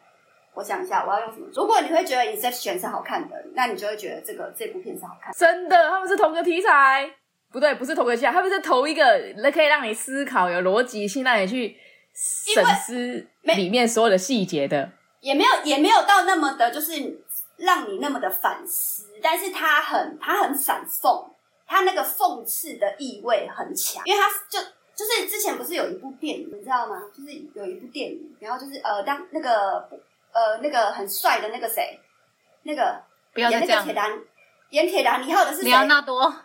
Speaker 2: 我想一下我要用什么。如果你会觉得《Inception》是好看的，那你就会觉得这个这部片是好看的。
Speaker 1: 真的，他们是同个题材，不对，不是同个题材，他们是同一个可以让你思考、有逻辑性，让你去审思
Speaker 2: 没
Speaker 1: 里面所有的细节的。
Speaker 2: 也没有也没有到那么的，就是让你那么的反思，但是他很他很反讽，他那个讽刺的意味很强，因为他就就是之前不是有一部电影，你知道吗？就是有一部电影，然后就是呃，当那个呃那个很帅的那个谁，那个
Speaker 3: 不要
Speaker 2: 演那个
Speaker 3: 再这样
Speaker 2: 铁。达演铁达尼号的是谁
Speaker 3: 里奥纳多，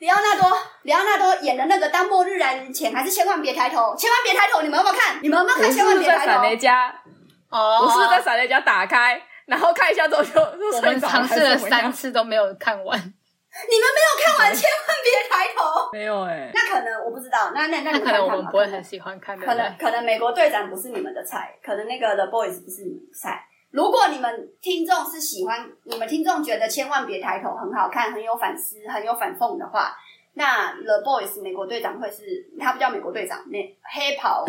Speaker 2: 里奥纳多，里奥纳多演的那个《当末日来临前》，还是千万别抬头，千万别抬头！你们有没有看？你们有没有
Speaker 1: 我
Speaker 2: 看？
Speaker 1: 是
Speaker 2: 千
Speaker 1: 不
Speaker 2: 万
Speaker 1: 是
Speaker 2: 别
Speaker 1: 在
Speaker 2: 抬
Speaker 1: 闪
Speaker 2: 头！
Speaker 1: 雷家？
Speaker 3: 哦，
Speaker 1: 我是不是在闪雷家打开，然后看一下之后就就
Speaker 3: 我
Speaker 1: 睡
Speaker 3: 们
Speaker 1: 着
Speaker 3: 尝试了
Speaker 1: 还是怎么
Speaker 3: 三
Speaker 1: 样
Speaker 3: 次都没有看完，
Speaker 2: 你们没有看完，千万别抬头。
Speaker 1: 没有哎、
Speaker 2: 那可能我不知道，那那那你
Speaker 3: 那
Speaker 2: 们
Speaker 3: 可能
Speaker 2: 看
Speaker 3: 我
Speaker 2: 看
Speaker 3: 们
Speaker 2: 吧
Speaker 3: 不会很喜欢看的。
Speaker 2: 可能可能美国队长不是你们的菜，可能那个 The Boys 不是你们的菜。如果你们听众是喜欢，你们听众觉得千万别抬头，很好看，很有反思，很有反讽的话，那 The Boys 美国队长会是，他不叫美国队长，那黑袍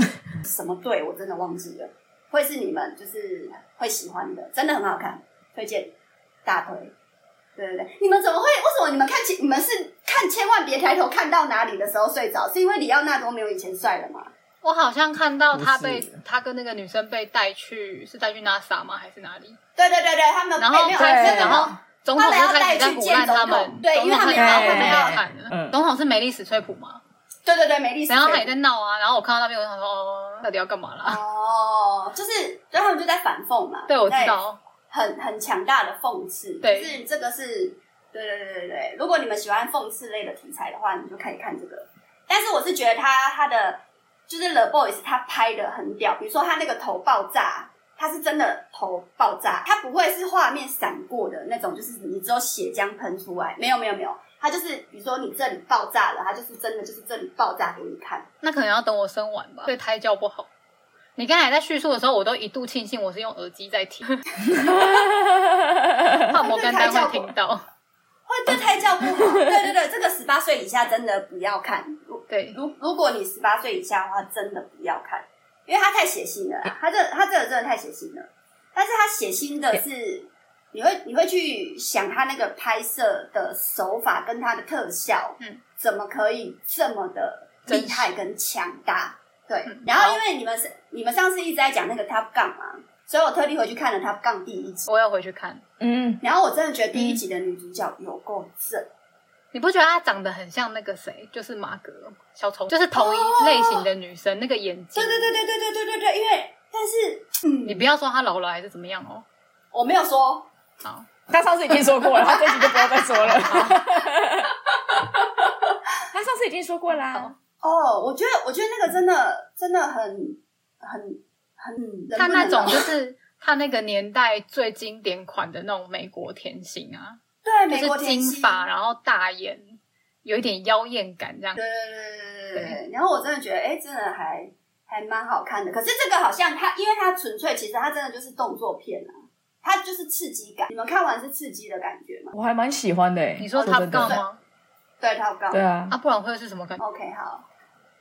Speaker 2: 什么队我真的忘记了，会是你们就是会喜欢的，真的很好看，推荐大推。对对对，你们怎么会？为什么你们看千你们是看千万别抬头看到哪里的时候睡着？是因为里奥纳多没有以前帅了吗？
Speaker 3: 我好像看到他被
Speaker 1: 不是
Speaker 3: 他跟那个女生被带去是带去 NASA 吗？还是哪里？
Speaker 2: 对对对对，他们
Speaker 3: 然
Speaker 2: 哎
Speaker 3: 后
Speaker 2: 没有
Speaker 1: 对
Speaker 2: 没有没有
Speaker 1: 然
Speaker 3: 后总统就开始在胡乱他们，
Speaker 2: 对因为他们
Speaker 3: 总统开始
Speaker 1: 要
Speaker 3: 没有
Speaker 1: 要
Speaker 3: 看了
Speaker 1: 嗯
Speaker 3: 总统是梅丽史翠普嘛，
Speaker 2: 对对对，美丽史翠
Speaker 3: 然
Speaker 2: 普。
Speaker 3: 后他也在闹啊，然后我看到那边我就想说，哦，到底要干嘛啦？
Speaker 2: 哦，就是，然后他们就在反讽嘛。
Speaker 3: 对，我知
Speaker 2: 在
Speaker 3: 道，
Speaker 2: 很很强大的讽刺，
Speaker 3: 对
Speaker 2: 就是这个是，对对对对对。如果你们喜欢讽刺类的题材的话，你就可以看这个。但是我是觉得他他的就是 The Boys 他拍的很屌，比如说他那个头爆炸，他是真的头爆炸，他不会是画面闪过的那种，就是你只有血浆喷出来，没有没有没有，他就是比如说你这里爆炸了，他就是真的就是这里爆炸给你看。
Speaker 3: 那可能要等我生完吧，对胎教不好。你刚才在叙述的时候，我都一度庆幸我是用耳机在 听，怕摩根丹会听到。
Speaker 2: 会对胎教不好，对对对，这个十八岁以下真的不要看。
Speaker 3: 对，
Speaker 2: 如如果你十八岁以下的话，真的不要看，因为他太血腥了
Speaker 3: 哎
Speaker 2: 啦。他这他这个真的太血腥了，但是他血腥
Speaker 3: 哎
Speaker 2: 的是，你会你会去想他那个拍摄的手法跟他的特效，
Speaker 3: 嗯，
Speaker 2: 怎么可以这么的厉害跟强大？对
Speaker 3: 嗯，
Speaker 2: 然后因为你们是你们上次一直在讲那个 Top Gun 嘛，所以我特地回去看了 Top Gun 第一集，
Speaker 3: 我要回去看。
Speaker 1: 嗯，
Speaker 2: 然后我真的觉得第一集的女主角有够正。
Speaker 3: 嗯你不觉得她长得很像那个谁，就是马格小丑，就是同一类型的女生，那个眼睛。
Speaker 2: 哦对对对对对对对对对，因为但是嗯
Speaker 3: 你不要说她老了还是怎么样哦。
Speaker 2: 我没有说，
Speaker 3: 好，
Speaker 1: 他上次已经说过了，他这集就不要再说 了。他上次已经说过啦
Speaker 3: 好，
Speaker 2: 哦，我觉得，我觉得那个真的真的很很很，
Speaker 3: 她那种
Speaker 2: 人不
Speaker 3: 就
Speaker 2: 能
Speaker 3: 是她那个年代最经典款的那种美国甜心啊，
Speaker 2: 对
Speaker 3: 就
Speaker 2: 美国
Speaker 3: 是
Speaker 2: 甜
Speaker 3: 金
Speaker 2: 心，
Speaker 3: 发，然后大眼，有一点妖艳感这样
Speaker 2: 对。对对对对对。然后我真的觉得，哎，真的还还蛮好看的。可是这个好像它，因为它纯粹其实它真的就是动作片啊，它就是刺激感。你们看完是刺激的感觉吗？
Speaker 1: 我还蛮喜欢的、欸。
Speaker 3: 你
Speaker 2: 哦
Speaker 3: 说
Speaker 1: 他
Speaker 3: 她告吗？
Speaker 2: 对，它有高。
Speaker 1: 对啊，
Speaker 3: 啊，不然会是什么感觉？
Speaker 2: OK，好，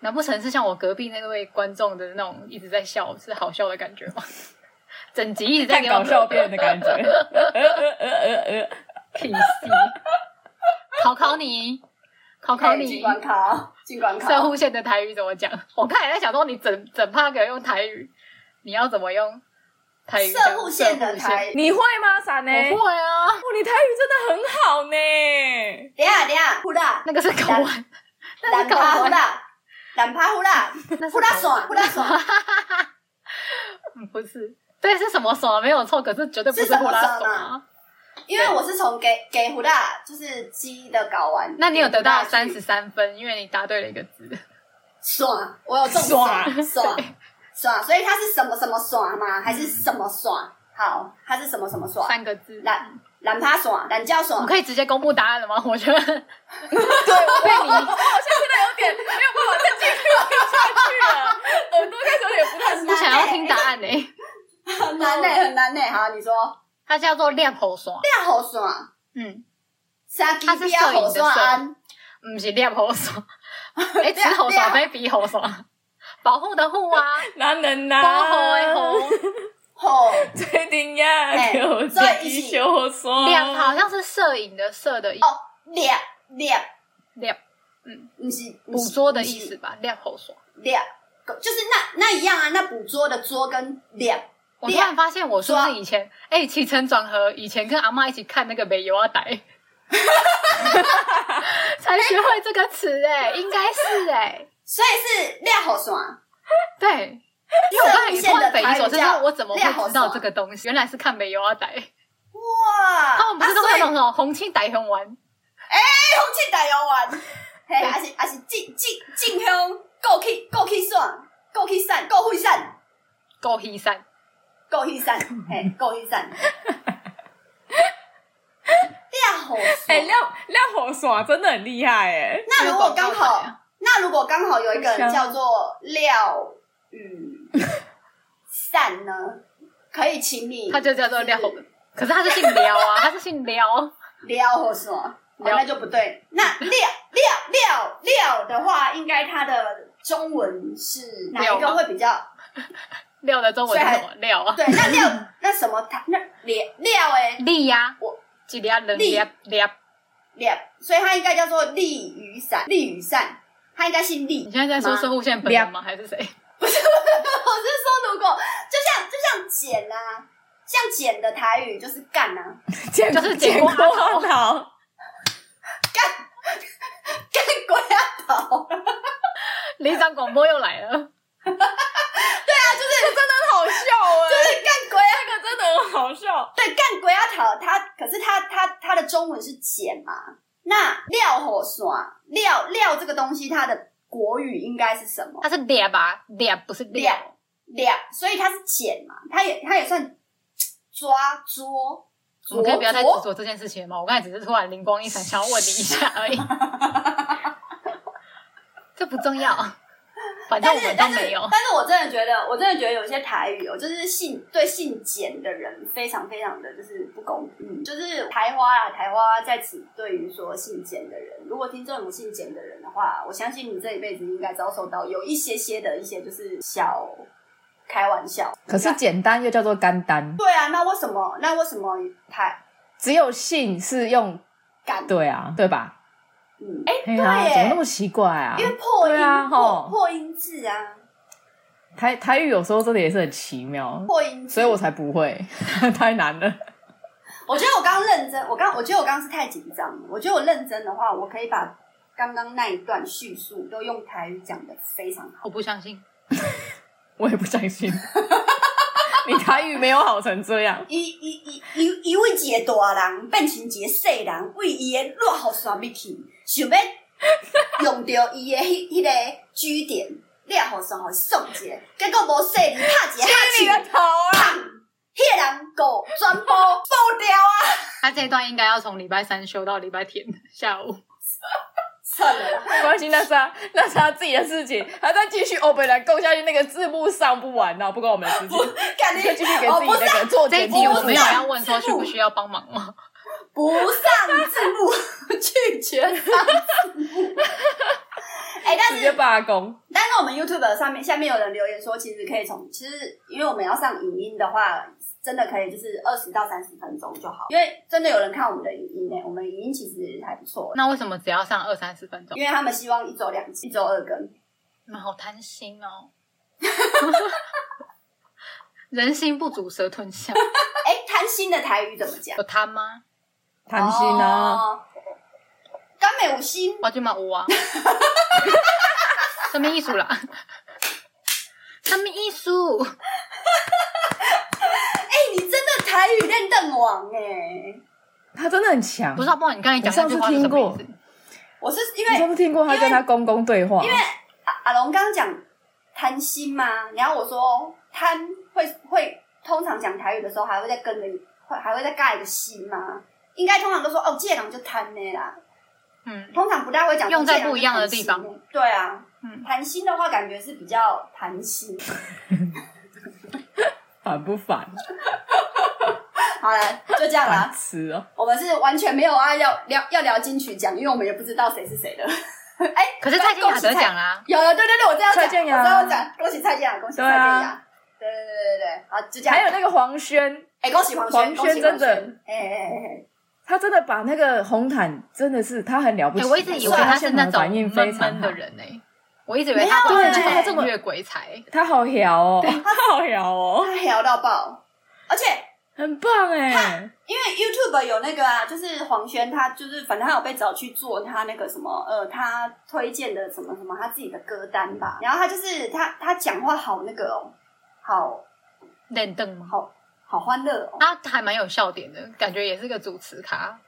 Speaker 3: 难不成是像我隔壁那位观众的那种一直在笑，是好笑的感觉吗？整集一直在
Speaker 1: 看
Speaker 3: 给我
Speaker 1: 搞笑片的感 觉。
Speaker 3: 屁事，考考你，考考
Speaker 2: 进
Speaker 3: 你，
Speaker 2: 关考，进关
Speaker 3: 射
Speaker 2: 哎考。
Speaker 3: 户线的台语怎么讲？我刚才在想说，你整整趴给我用台语，你要怎么用台语讲？
Speaker 2: 射户线的台，
Speaker 1: 你会吗，闪雷？
Speaker 3: 我
Speaker 1: 哦，
Speaker 3: 会啊，
Speaker 1: 你台语真的很好呢。
Speaker 2: 等一下等一下，呼啦，
Speaker 3: 那个是考完，那
Speaker 2: 懒
Speaker 3: 是考
Speaker 2: 趴呼
Speaker 3: 完，
Speaker 2: 啦，懒趴呼啦，
Speaker 3: 那是
Speaker 2: 呼啦
Speaker 3: 考完
Speaker 2: 爽，呼啦爽，
Speaker 3: 嗯 不是。对，是什么爽没有错，可是绝对不
Speaker 2: 是什么
Speaker 3: 呼啦
Speaker 2: 爽
Speaker 3: 爽
Speaker 2: 啊
Speaker 3: 啊！
Speaker 2: 因为我是从给给胡大就是鸡的睾丸，
Speaker 3: 那你有得
Speaker 2: 给
Speaker 3: 到
Speaker 2: 胡大
Speaker 3: 三
Speaker 2: 去
Speaker 3: 十三分，因为你答对了一个字。
Speaker 2: 爽？我有中爽
Speaker 1: 爽
Speaker 2: 爽爽，所以它是什么什么爽吗？还是什么爽？好，它是什么什么爽？
Speaker 3: 三个字。
Speaker 2: 懒懒趴爽，懒觉爽
Speaker 3: 我，可以直接公布答案了吗？我觉得
Speaker 1: 对， 我被你，我好像现在有点没有办法再继续听下去了，耳朵开始有点不太舒
Speaker 3: 不
Speaker 1: 服。
Speaker 3: 想要听答哦案呢、欸
Speaker 2: 很难呢，很难呢。欸好，你说
Speaker 3: 它叫做亮喉爽，
Speaker 2: 大猴爽，
Speaker 3: 嗯，
Speaker 2: 杀鸡
Speaker 3: 它是
Speaker 2: 比较猴
Speaker 3: 摄影
Speaker 2: 爽
Speaker 3: 的摄
Speaker 2: 安，
Speaker 3: 不是亮喉 爽，哎、
Speaker 2: 亮
Speaker 3: 吃喉爽
Speaker 2: 亮
Speaker 3: 非鼻喉爽，保护的护 啊，
Speaker 1: 哪 能
Speaker 3: 保护的
Speaker 1: 啊？
Speaker 3: 喉，
Speaker 2: 吼
Speaker 1: 最顶呀，给我自己修说。
Speaker 3: 亮好像是摄影的摄的意
Speaker 2: 哦亮亮，
Speaker 3: 亮
Speaker 2: 不是
Speaker 3: 捕捉的意思，吧，亮喉爽。
Speaker 2: 不是亮就是那那一样啊，那捕捉的捉跟亮。
Speaker 3: 我突然发现，我说
Speaker 2: 爽
Speaker 3: 是以前，哎、起承转合，以前跟阿妈一起看那个《美游阿呆》， 才学会这个词，哎，应该是哎、
Speaker 2: 所以是亮好爽，
Speaker 3: 对，因为我刚才也突然匪夷所思，
Speaker 2: 射线的台语叫
Speaker 3: 说我怎么会知道这个东西？原来是看美优阿呆，
Speaker 2: 哇，哇！
Speaker 3: 他们不是都会
Speaker 2: 啊所
Speaker 3: 有那
Speaker 2: 以
Speaker 3: 种什么红青歹红丸，
Speaker 2: 空气打油丸，嘿，啊是啊是进进进香，够气够气爽，够气散，够会散，
Speaker 3: 够稀散。
Speaker 2: 够气散，嘿，够气 散。亮火
Speaker 1: 哎、
Speaker 2: 水
Speaker 1: 亮亮火耍真的很厉害哎、
Speaker 2: 那如果刚
Speaker 3: 啊
Speaker 2: 好，那如果刚好有一个人
Speaker 1: 香
Speaker 2: 叫做廖 雨散呢，可以请你，
Speaker 3: 他就叫做廖，可是他是姓廖啊，他是姓廖。
Speaker 2: 廖火水，哦
Speaker 3: 廖
Speaker 2: 那就不对。那廖廖廖廖的话，应该它的中文是哪一
Speaker 3: 廖
Speaker 2: 个
Speaker 3: 吗
Speaker 2: 会比较？
Speaker 3: 廖的中文是什么？廖啊，
Speaker 2: 对，那料那什么它那欸料料诶
Speaker 3: 利呀，
Speaker 2: 我
Speaker 3: 几粒人
Speaker 2: 利
Speaker 3: 粒啊粒。
Speaker 2: 料，所以它应该叫做利雨伞，利雨伞，它应该姓利。
Speaker 3: 你现在在说
Speaker 2: 妈
Speaker 3: 射户线本人吗？还是谁？
Speaker 2: 我是说，如果就像就像剪啊，像剪的台语就是干啊，
Speaker 1: 捡
Speaker 3: 就是捡
Speaker 1: 捡
Speaker 3: 瓜
Speaker 1: 瓜桃，
Speaker 2: 干鬼啊头，
Speaker 3: 里长广播又来了，
Speaker 1: 好笑哎、
Speaker 2: 对，干鬼啊，
Speaker 1: 这个真的很好笑。
Speaker 2: 对，干鬼啊头，它可是它它它的中文是剪嘛，那料火耍料料这个东西，它的国语应该是什么？
Speaker 3: 他是廖吧？廖不是廖。
Speaker 2: 两两，所以它是剪嘛，它也它也算抓捉。
Speaker 3: 我们可以不要再执
Speaker 2: 捉
Speaker 3: 着这件事情了吗？我刚才只是突然灵光一闪，想要问你一下 而已。这不重要，反正
Speaker 2: 但
Speaker 3: 我
Speaker 2: 是
Speaker 3: 们都
Speaker 2: 但是
Speaker 3: 没有。
Speaker 2: 但是我真的觉得，我真的觉得有些台语哦，就是姓对姓简的人非常非常的就是不公平，嗯就是台花啊，台花在此对于说姓简的人，如果听众有姓简的人的话，我相信你这一辈子应该遭受到有一些些的一些就是小开玩笑。
Speaker 1: 可是简单又叫做干单，
Speaker 2: 对啊，那为什么？那为什么台
Speaker 1: 只有姓是用
Speaker 2: 敢？
Speaker 1: 对啊，对吧？
Speaker 2: 嗯，哎、
Speaker 1: 哎
Speaker 2: 对
Speaker 1: 呀，怎么那
Speaker 2: 耶，
Speaker 1: 么奇怪啊
Speaker 2: 因？为破音、
Speaker 1: 对啊
Speaker 2: 破
Speaker 1: 吼
Speaker 2: 破音字啊，
Speaker 1: 台台语有时候真的也是很奇妙，
Speaker 2: 破音字。
Speaker 1: 所以我才不会， 太难了。
Speaker 2: 我觉得我刚刚认真，我刚我觉得我刚刚是太紧张了。我觉得我认真的话，我可以把刚刚那一段叙述都用台语讲的非常好。
Speaker 3: 我不相信，
Speaker 1: 我也不相信，你台语没有好成这样。
Speaker 2: 伊伊伊伊伊为一个大人变成一个细人，为伊的落后刷入去，想要用到伊的迄迄、个据点，了后算互送一个，结果无细你拍一个
Speaker 1: 你的
Speaker 2: 哈欠，
Speaker 1: 头啊！
Speaker 2: 砰！迄个人狗全部爆掉 啊！
Speaker 3: 他这一段应该要从礼拜三休到礼拜天下午。
Speaker 2: 算了啦。
Speaker 1: 没关系，那是他那是他自己的事情，他再继续欧北来勾下去，那个字幕上不完哦了，不关我们的事情。
Speaker 2: 感
Speaker 1: 你
Speaker 2: 觉
Speaker 1: 就继续给
Speaker 2: 哦
Speaker 1: 自己
Speaker 2: 不
Speaker 1: 那
Speaker 2: 上
Speaker 1: 个做
Speaker 3: 这一
Speaker 1: 决
Speaker 3: 集
Speaker 1: 定。
Speaker 3: 我没有
Speaker 2: 不是
Speaker 3: 要问说需不需要帮忙吗？
Speaker 2: 不上字幕， 拒绝上字幕。 哎、但
Speaker 1: 直
Speaker 2: 是
Speaker 1: 接罢工，
Speaker 2: 但是我们 YouTube 上面下面有人留言说，其实可以从，其实因为我们要上影音的话，真的可以就是二十到三十分钟就好，因为真的有人看我们的影音欸呢、我们影音其实还不错，
Speaker 3: 那为什么只要上二三十分钟？
Speaker 2: 因为他们希望一周两集，一周二更。
Speaker 3: 你们好贪心 哦！人心不足蛇吞象，
Speaker 2: 哎、贪心的台语怎么讲？
Speaker 3: 有贪吗？
Speaker 1: 贪心啊！
Speaker 2: 哦！甘美有哎心，
Speaker 3: 我就嘛有啊，什么艺术啦？什么艺术？
Speaker 2: 哎、你真的台语练邓王哎、
Speaker 1: 他真的很强。
Speaker 3: 不是啊，不然你刚才讲那句话是什么
Speaker 1: 我上
Speaker 3: 意
Speaker 1: 次
Speaker 3: 思？
Speaker 2: 我是因
Speaker 1: 你
Speaker 2: 为
Speaker 1: 是不是听过他跟他公公对话？
Speaker 2: 因为阿阿龙刚刚讲贪心嘛，然后我说贪会会通常讲台语的时候还会再跟着一会还会再尬一个心嘛，应该通常都说哦，这人就贪呢啦，
Speaker 3: 嗯，
Speaker 2: 通常不太会讲
Speaker 3: 用在
Speaker 2: 这人就
Speaker 3: 不一样的地方
Speaker 2: 贪心呢。对啊，
Speaker 3: 嗯
Speaker 2: 贪心的话感觉是比较贪心。
Speaker 1: 烦不烦？
Speaker 2: 好了，就这样
Speaker 1: 烦
Speaker 2: 啦。
Speaker 1: 死哦！
Speaker 2: 我们是完全没有啊，要聊要聊金曲奖，因为我们也不知道谁是谁的。 哎、
Speaker 3: 可是蔡健雅得奖啦，
Speaker 2: 有了，对对对，我这样讲，
Speaker 1: 蔡健雅
Speaker 2: 我这样讲，恭喜蔡健雅，恭喜蔡健
Speaker 1: 对
Speaker 2: 雅
Speaker 1: 啊。
Speaker 2: 对对对对对，好，就这样。
Speaker 1: 还有那个黄轩，
Speaker 2: 哎、恭喜黄轩，
Speaker 1: 黄
Speaker 2: 恭喜
Speaker 1: 轩真的
Speaker 2: 黄轩，哎哎哎哎，
Speaker 1: 他真的把那个红毯，真的是他很了不
Speaker 3: 哎、
Speaker 1: 起。
Speaker 3: 我一直以为他
Speaker 1: 虽然
Speaker 3: 是那
Speaker 1: 现场
Speaker 3: 种
Speaker 1: 反应非
Speaker 3: 闷
Speaker 1: 常
Speaker 3: 闷
Speaker 1: 好
Speaker 3: 的，人呢、我一直以为他会
Speaker 2: 没有
Speaker 3: 是
Speaker 2: 啊对
Speaker 3: 那
Speaker 2: 他
Speaker 1: 这
Speaker 3: 种
Speaker 1: 么
Speaker 3: 音乐鬼才，
Speaker 1: 他好摇哦，他好摇哦，
Speaker 2: 他聊到爆，而且
Speaker 1: 很棒哎！
Speaker 2: 因为 YouTube 有那个啊，就是黄轩他就是反正他有被找去做他那个什么呃，他推荐的什么什么他自己的歌单吧，然后他就是他他讲话好那个哦，好
Speaker 3: 练凳吗？
Speaker 2: 好好欢乐哦！
Speaker 3: 他还蛮有笑点的，感觉也是个主持咖。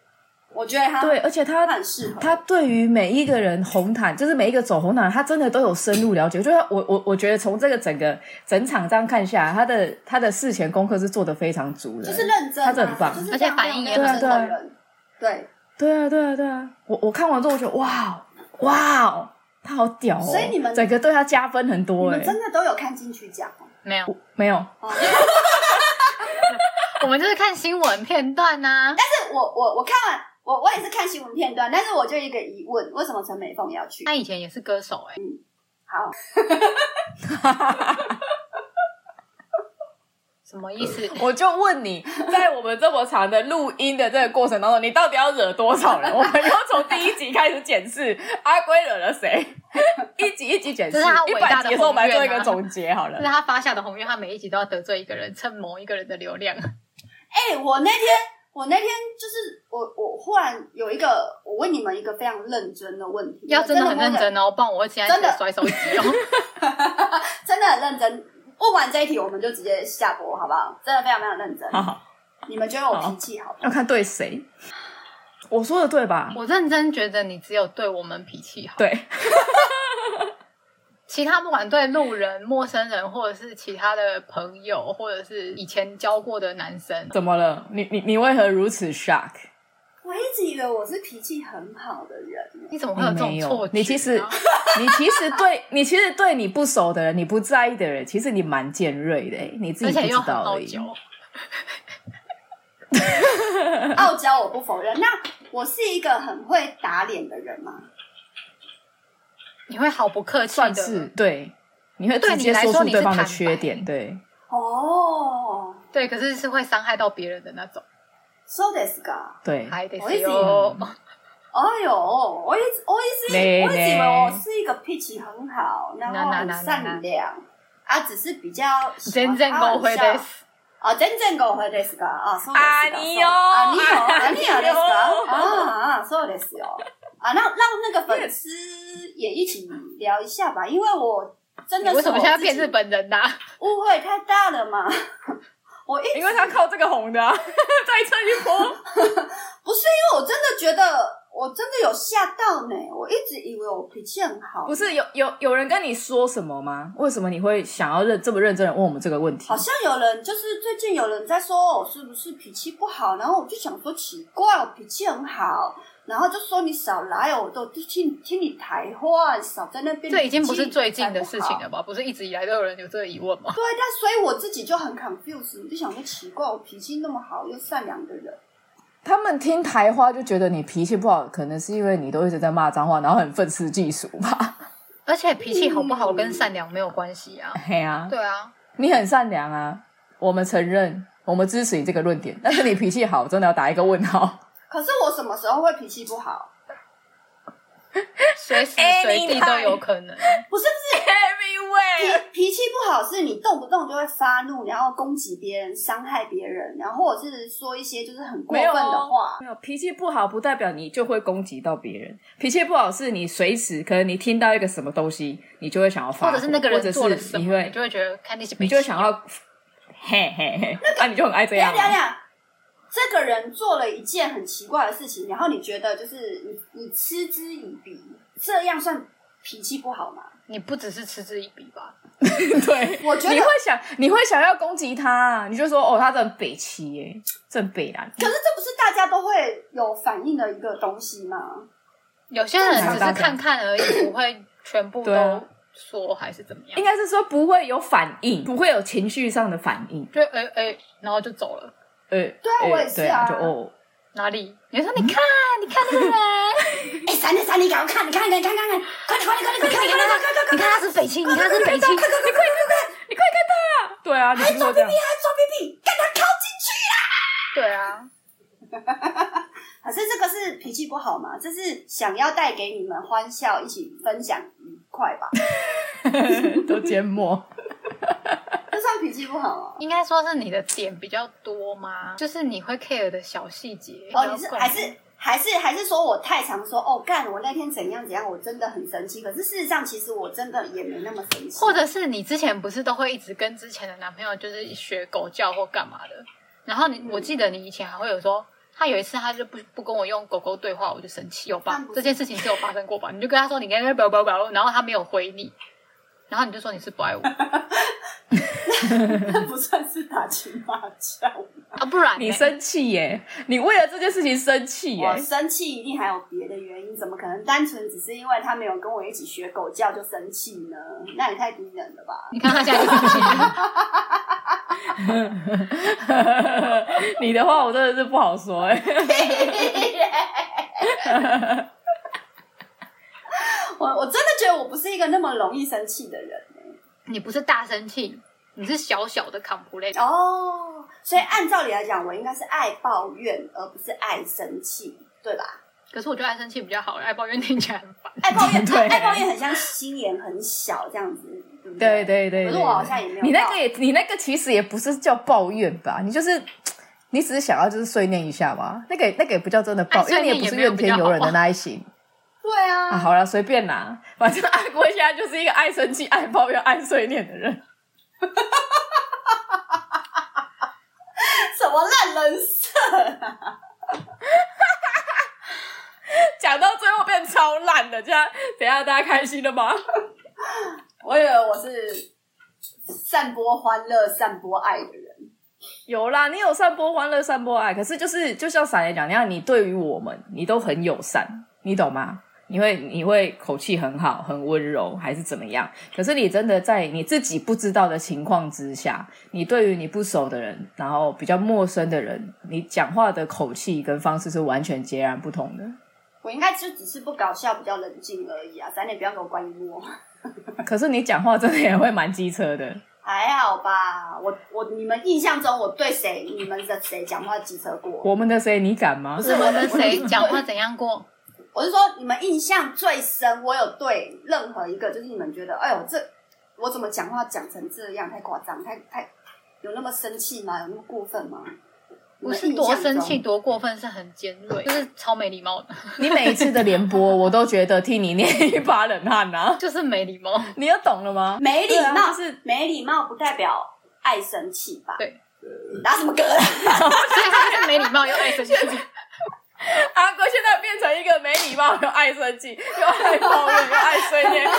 Speaker 2: 我觉得他
Speaker 1: 对，而且他
Speaker 2: 他很适合
Speaker 1: 他对于每一个人红毯，就是每一个走红毯，他真的都有深入了解。就是我我我觉得从这个整个整场这样看下来，他的他的事前功课是做的非常足的。
Speaker 2: 就是认真啊，
Speaker 1: 他真的很棒啊
Speaker 2: 就是
Speaker 3: 而且
Speaker 2: 非常
Speaker 3: 反应也
Speaker 2: 认
Speaker 1: 很
Speaker 2: 真
Speaker 1: 好
Speaker 2: 的人。对，
Speaker 1: 对啊对啊对啊！我我看完之后，我觉得哇哇哦，他好屌哦！
Speaker 2: 所以你们
Speaker 1: 整个对他加分很
Speaker 2: 你
Speaker 1: 多哎、
Speaker 2: 们真的都有看进去讲哦。
Speaker 3: 没有，
Speaker 1: 我没有，
Speaker 2: 哦
Speaker 3: 我们就是看新闻片段啊呐、
Speaker 2: 但是我我我看完我我也是看新闻片段，但是我就有一个疑问，为什么陈美凤要去？
Speaker 3: 他以前也是歌手哎、
Speaker 2: 好，
Speaker 3: 什么意思？
Speaker 1: 我就问你，在我们这么长的录音的这个过程当中，你到底要惹多少 人？我们要从第一集开始检视阿龟惹了 谁，一集一集检视。
Speaker 3: 这是他
Speaker 1: 一
Speaker 3: 伟大
Speaker 1: 百
Speaker 3: 的
Speaker 1: 集的时候，我们来
Speaker 3: 宏
Speaker 1: 做一
Speaker 3: 愿啊
Speaker 1: 个总结好了
Speaker 3: 是。他发下的宏愿，他每一集都要得罪一个人，蹭某一个人的 流量。
Speaker 2: 哎、我那天我那天就是我我忽然有一个，我问你们一个非常认真的问题，
Speaker 3: 要
Speaker 2: 我
Speaker 3: 真的很认
Speaker 2: 问了，
Speaker 3: 真哦，不然我会现在直接摔手机哦。
Speaker 2: 真的很认真。问完这一题，我们就直接下播，好不好？真的非常非常认真。
Speaker 1: 好好，
Speaker 2: 你们觉得我脾气好吗？
Speaker 1: 要看对谁。我说的对吧？
Speaker 3: 我认真觉得你只有对我们脾气好，
Speaker 1: 对，
Speaker 3: 其他不管对路人、陌生人，或者是其他的朋友，或者是以前交过的男生，哦
Speaker 1: 怎么了？你你你为何如此 shock？
Speaker 2: 我一直以为我是脾气很好的人，
Speaker 3: 你怎么
Speaker 1: 你
Speaker 3: 会有
Speaker 1: 没
Speaker 3: 这种
Speaker 1: 有，
Speaker 3: 错觉啊？
Speaker 1: 你其实你其实 对你其实对你不熟的人，你不在意的人，其实你蛮尖锐的、欸你自己不
Speaker 3: 而且
Speaker 1: 知
Speaker 3: 又很
Speaker 1: 道
Speaker 3: 傲
Speaker 1: 而已。
Speaker 3: 娇，
Speaker 2: 傲娇我不否认。那我是一个很会打脸的人吗？
Speaker 3: 你会毫不客气
Speaker 1: 算是
Speaker 3: 的，
Speaker 1: 对，你会
Speaker 3: 对
Speaker 1: 直
Speaker 3: 你
Speaker 1: 接
Speaker 3: 来
Speaker 1: 说
Speaker 3: 说
Speaker 1: 出
Speaker 3: 你
Speaker 1: 对
Speaker 3: 是
Speaker 1: 方的
Speaker 3: 坦
Speaker 1: 缺
Speaker 3: 白
Speaker 1: 点，对。
Speaker 2: 哦，
Speaker 3: 对，可是是会伤害到别人的那种。
Speaker 2: そうですか。
Speaker 1: 对，
Speaker 3: 还得
Speaker 2: 我一
Speaker 3: 是
Speaker 2: 直
Speaker 3: 哦，
Speaker 2: 哎呦，我一直我一直
Speaker 1: 没
Speaker 2: 我一直以为我
Speaker 1: 没
Speaker 2: 是一个脾气很好，然后
Speaker 3: 那
Speaker 2: 很
Speaker 3: 那那
Speaker 2: 善良，啊，只是比较喜
Speaker 3: 全
Speaker 2: 欢
Speaker 3: 然
Speaker 2: 开玩
Speaker 3: 误会
Speaker 2: 笑
Speaker 3: です。
Speaker 2: 啊，真正誤会ですか啊，そうで
Speaker 1: あ
Speaker 2: すか
Speaker 1: によ
Speaker 3: 哦
Speaker 2: あによあによ
Speaker 1: あに
Speaker 2: です
Speaker 1: よ
Speaker 2: か啊啊，そうですよ。啊，那让那个粉丝也一起聊一下吧，因为我真
Speaker 3: 你
Speaker 2: 的是
Speaker 3: 为什么现在
Speaker 2: 我自己
Speaker 3: 变日本人呐、啊
Speaker 2: 误会太大了嘛？ 我一直
Speaker 1: 因为他靠这个红的、啊， 再蹭一波。
Speaker 2: 不是因为我真的觉得我真的有吓到呢，我一直以为我脾气很 好，
Speaker 1: 不是有有有人跟你说什么吗？为什么你会想要认这么认真的问我们这个问题
Speaker 2: 好？像有人就是最近有人在说哦我是不是脾气不好，然后我就想说奇怪，我脾气很好，然后就说你少来哦，我都听听你台话，少在那边。
Speaker 3: 这已经不是最近的事情了
Speaker 2: 了。
Speaker 3: 吧？不是一直以来都有人有这个疑问吗？
Speaker 2: 对，但所以我自己就很 confused，我就想说奇怪，我脾气那么好又善良的人，
Speaker 1: 他们听台话就觉得你脾气不好，可能是因为你都一直在骂脏话，然后很愤世嫉俗吧？
Speaker 3: 而且脾气好不好跟善良没有关系啊。
Speaker 1: 嘿啊，
Speaker 3: 对啊，
Speaker 1: 你很善良啊，我们承认，我们支持你这个论点，但是你脾气好，真的要打一个问号。
Speaker 2: 可是我什么时候会脾气不好？
Speaker 3: 随时随地都有可能。
Speaker 2: 不是不 是，
Speaker 3: 哎
Speaker 1: Everywhere，
Speaker 2: 脾脾气不好是你动不动就会发怒，然后攻击别人、伤害别人，然后或者是说一些就是很过
Speaker 1: 没有
Speaker 2: 分
Speaker 1: 哦
Speaker 2: 的话。
Speaker 1: 没有脾气不好，不代表你就会攻击到别人。脾气不好是你随时可能你听到一个什么东西，你就会想要发
Speaker 3: 或
Speaker 1: 火，
Speaker 3: 者是那个
Speaker 1: 或
Speaker 3: 人
Speaker 1: 者
Speaker 3: 做了
Speaker 1: 是
Speaker 3: 什
Speaker 1: 你
Speaker 3: 么，
Speaker 1: 会
Speaker 3: 你就会觉得看那些，
Speaker 1: 你就会想要，嘿嘿嘿，啊，你就很爱这
Speaker 2: 等一下
Speaker 1: 样
Speaker 2: 等一下
Speaker 1: 啊。
Speaker 2: 等一下，这个人做了一件很奇怪的事情，然后你觉得就是你你嗤之以鼻，这样算脾气不好吗？
Speaker 3: 你不只是嗤之以鼻吧？
Speaker 1: 对，
Speaker 2: 我觉得
Speaker 1: 你会想，你会想要攻击他啊，你就说哦，他这很北齐耶，这很北蓝。
Speaker 2: 可是这不是大家都会有反应的一个东西吗？
Speaker 3: 有些人只
Speaker 1: 正常大
Speaker 3: 是
Speaker 1: 家
Speaker 3: 看看而已，不会全部
Speaker 1: 对啊
Speaker 3: 都说还是怎么样
Speaker 1: 应。该是说不会有反应，不会有情绪上的反应。
Speaker 3: 就哎哎，然后就走了。
Speaker 1: 呃，
Speaker 2: 对啊
Speaker 1: 呃
Speaker 2: 我也是
Speaker 1: 对啊，
Speaker 2: 啊
Speaker 1: 就哦，
Speaker 3: 哪里？你说你看，你嗯 看那个人，
Speaker 2: 哎、闪你闪你，赶快看，你看，你看，看看，快点，快点，快点，快点，快点，快点，快点，快
Speaker 3: 你
Speaker 2: 点，
Speaker 3: 看他是匪青，你看他是匪青，
Speaker 1: 你快看他啊！对啊，你
Speaker 2: 还
Speaker 1: 是
Speaker 2: 装
Speaker 1: 说
Speaker 2: 逼
Speaker 1: 这
Speaker 2: 逼，还
Speaker 1: 样，
Speaker 2: 装逼逼，跟他靠近去啦！
Speaker 3: 对啊，
Speaker 2: 可是这个是脾气不好吗？这是想要带给你们欢笑，一起分享愉快吧？
Speaker 1: 都缄默。
Speaker 2: 这算脾气不好吗？
Speaker 3: 应该说是你的点比较多吗？就是你会 care 的小细节。
Speaker 2: 哦，你是
Speaker 3: 然后
Speaker 2: 还是还是还是说我太常说哦，干我那天怎样怎样，我真的很生气。可是事实上，其实我真的也没那么生气。
Speaker 3: 或者是你之前不是都会一直跟之前的男朋友就是学狗叫或干嘛的？然后你、
Speaker 2: 嗯
Speaker 3: 我记得你以前还会有说，他有一次他就不不跟我用狗狗对话，我就生气，有吧
Speaker 2: 但不？是
Speaker 3: 这件事情是有发生过吧？你就跟他说你 跟他表表表，然后他没有回你，然后你就说你是不爱我
Speaker 2: 那 不算是打情骂俏。
Speaker 3: 啊，不然呢
Speaker 1: 你生气耶，你为了这件事情生气耶
Speaker 2: 我，生气一定还有别的原因，怎么可能单纯只是因为他没有跟我一起学狗叫就生气呢？那也太低能了吧！
Speaker 3: 你看他现在就不行，
Speaker 1: 你的话我真的是不好说哎。
Speaker 2: 我我真的觉得我不是一个那么容易生气的人
Speaker 3: 你不是大生气，你是小小的 complain。
Speaker 2: 哦。所以按照理来讲，我应该是爱抱怨，而不是爱生气，对吧？
Speaker 3: 可是我觉得爱生气比较好，爱抱怨听起来很烦。
Speaker 2: 爱抱 怨，
Speaker 1: 对
Speaker 2: 爱抱怨很像心眼很小这样子，对不
Speaker 1: 对
Speaker 2: 对
Speaker 1: 对对，
Speaker 2: 可是
Speaker 1: 对
Speaker 2: 我好像也没有
Speaker 1: 你那
Speaker 2: 抱
Speaker 1: 个也，你那个其实也不是叫抱怨吧，你就是。你只是想要就是碎念一下吧，那个也那个也不叫真的抱
Speaker 3: 哎，
Speaker 1: 因为你也
Speaker 3: 碎念
Speaker 1: 不是
Speaker 3: 也没
Speaker 1: 怨天
Speaker 3: 有比较
Speaker 1: 尤人
Speaker 3: 好
Speaker 1: 的
Speaker 3: 啊
Speaker 1: 那一型
Speaker 2: 对啊，
Speaker 1: 啊。好了，随便啦，反正阿国现在就是一个爱生气、爱抱怨、爱碎念的人。
Speaker 2: 什么烂人设？
Speaker 1: 讲到最后变超烂的，这样等一下大家开心了吗？
Speaker 2: 我以为我是散播欢乐、散播爱的人。
Speaker 1: 有啦，你有散播欢乐、散播爱，可是就是就像闪爷讲那样，你对于我们，你都很友善，你懂吗？你会你会口气很好，很温柔，还是怎么样？可是你真的在你自己不知道的情况之下，你对于你不熟的人，然后比较陌生的人，你讲话的口气跟方式是完全截然不同的。
Speaker 2: 我应该就只是不搞笑，比较冷静而已啊。三点不要给我关一摸，
Speaker 1: 可是你讲话真的也会蛮机车的。
Speaker 2: 还好吧？我我你们印象中我对谁你们的谁讲话机车过？
Speaker 1: 我们的谁你敢吗
Speaker 2: 不？是
Speaker 3: 我
Speaker 2: 我
Speaker 3: 们谁讲话怎样过？
Speaker 2: 我是说你们印象最深，我有对任何一个就是你们觉得，哎呦这我怎么讲话讲成这样，太夸张，太太有那么生气吗？有那么过分吗？
Speaker 3: 不是多生气
Speaker 2: 你
Speaker 3: 多过分，是很尖锐，就是超没礼貌的，
Speaker 1: 你每一次的联播，我都觉得替你捏一把冷汗啊！
Speaker 3: 就是没礼貌。
Speaker 1: 你又懂了吗？
Speaker 2: 们印
Speaker 1: 对
Speaker 2: 象中没礼貌，
Speaker 1: 啊就是
Speaker 2: 没礼貌，不代表爱生气吧？
Speaker 3: 对，
Speaker 2: 打什么嗝 啦？
Speaker 3: 所以他就是没礼貌又爱 生气。
Speaker 1: 阿哥现在变成一个没礼貌又爱生气又爱抱怨又爱碎念心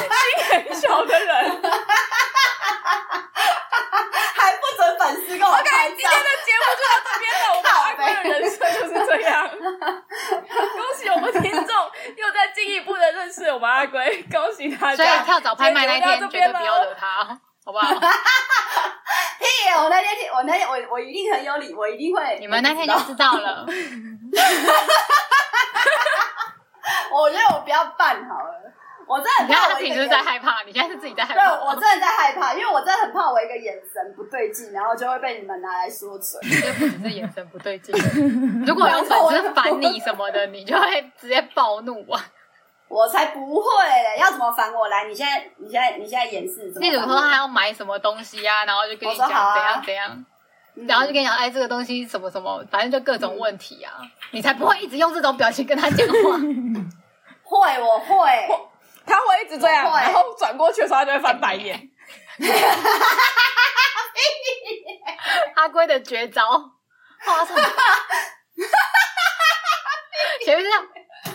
Speaker 1: 很小的人。
Speaker 2: 还不准粉丝跟我拍
Speaker 1: 今天
Speaker 2: 照。
Speaker 1: 的节目就到这边了，我们阿哥的人生就是这样。恭喜我们听众又在进一步的认识我们阿龟，恭喜大
Speaker 3: 所以
Speaker 1: 家！
Speaker 3: 跳蚤拍卖那一天
Speaker 1: 今
Speaker 3: 绝
Speaker 1: 天
Speaker 3: 对
Speaker 1: 就到这边
Speaker 3: 不要
Speaker 1: 了
Speaker 3: 惹他哦，好不好？
Speaker 2: 屁！我那天，我那天，我我一定很有理，我一定会。
Speaker 3: 你们那天就
Speaker 2: 我不知
Speaker 3: 知道 了。
Speaker 2: 道我觉得我不要办好了，我真的
Speaker 3: 你
Speaker 2: 很怕
Speaker 3: 看
Speaker 2: 我
Speaker 3: 他自
Speaker 2: 一个
Speaker 3: 己就是
Speaker 2: 眼
Speaker 3: 在害怕，你现在是自己在害
Speaker 2: 对，
Speaker 3: 怕。哦
Speaker 2: 我真的在害怕，因为我真的很怕我一个眼神不对劲，然后就会被你们拿来说嘴。
Speaker 3: 就不只是眼神不 对劲，如果有粉丝烦你什么的，你就会直接暴怒 啊。
Speaker 2: 我才不会嘞，要怎么烦我来？你现在，你现在，你现在演示怎么烦我？
Speaker 3: 例如说他要买什么东西啊，然后就跟你
Speaker 2: 我说好
Speaker 3: 讲
Speaker 2: 啊
Speaker 3: 怎样怎样，
Speaker 2: 嗯
Speaker 3: 然后就跟你讲哎这个东西什么什么，反正就各种问题啊，你才不会一直用这种表情跟他讲话。
Speaker 2: 会，我会，
Speaker 1: 他会一直这样，
Speaker 2: 我会
Speaker 1: 然后转过去的时候他就会翻白眼。
Speaker 3: 阿龟的绝招，花上。前面就这样，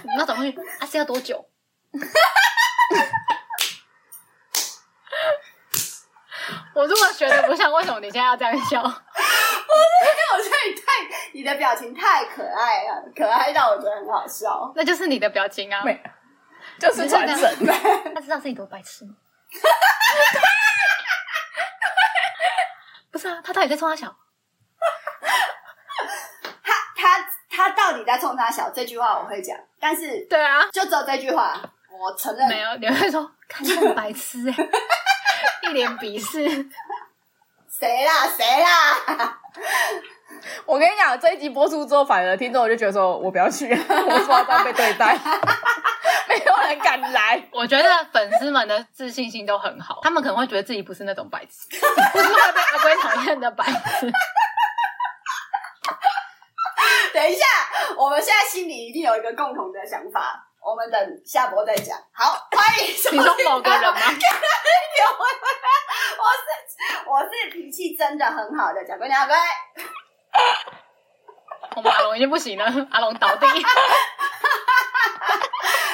Speaker 3: 你要转过去，啊是要多久？ 我如果学的不像，为什么你现在要这样笑？
Speaker 2: 因为我觉得你太，你的表情太可爱了，可爱到我觉得很好笑。
Speaker 3: 那就是你的表情啊！
Speaker 1: 没，就是传
Speaker 3: 你是
Speaker 1: 神。
Speaker 3: 他知道自己多白痴吗？ 不是啊，他到底在冲他笑？
Speaker 2: 他他到底在冲他笑？这句话我会讲，但是
Speaker 3: 对啊，
Speaker 2: 就只有这句话，我承认
Speaker 3: 没有，你会说 看这种白痴哎、一脸鄙视。
Speaker 2: 谁啦谁啦，
Speaker 1: 我跟你讲，这一集播出之后，反而听众就觉得说我不要去， 我不要这样被对待，没有人敢来。
Speaker 3: 我觉得粉丝们的自信心都很好，他们可能会觉得自己不是那种白 痴，不是会被阿龟讨厌的白痴。
Speaker 2: 等一下，我们现在心里一定有一个共同的想法，我们等下播再讲。好，欢迎收
Speaker 3: 你
Speaker 2: 听
Speaker 3: 说某个人 吗？
Speaker 2: 我是脾气真的很好的小龟鸟龟，
Speaker 3: 我们阿龙已经不行了，阿龙 倒地。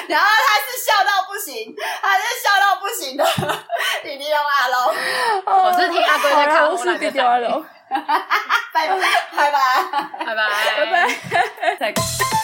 Speaker 2: 然后他是笑到不行，他是笑到不行的 弟弟龙阿龙，
Speaker 1: 我
Speaker 3: 是听阿龟在看
Speaker 1: 我
Speaker 3: 我懒
Speaker 1: 是
Speaker 3: 得
Speaker 1: 弟弟
Speaker 3: 打
Speaker 1: 阿
Speaker 3: 你
Speaker 1: 龙，
Speaker 2: 拜拜拜拜。
Speaker 3: 拜
Speaker 1: 拜
Speaker 3: 拜。
Speaker 1: 拜。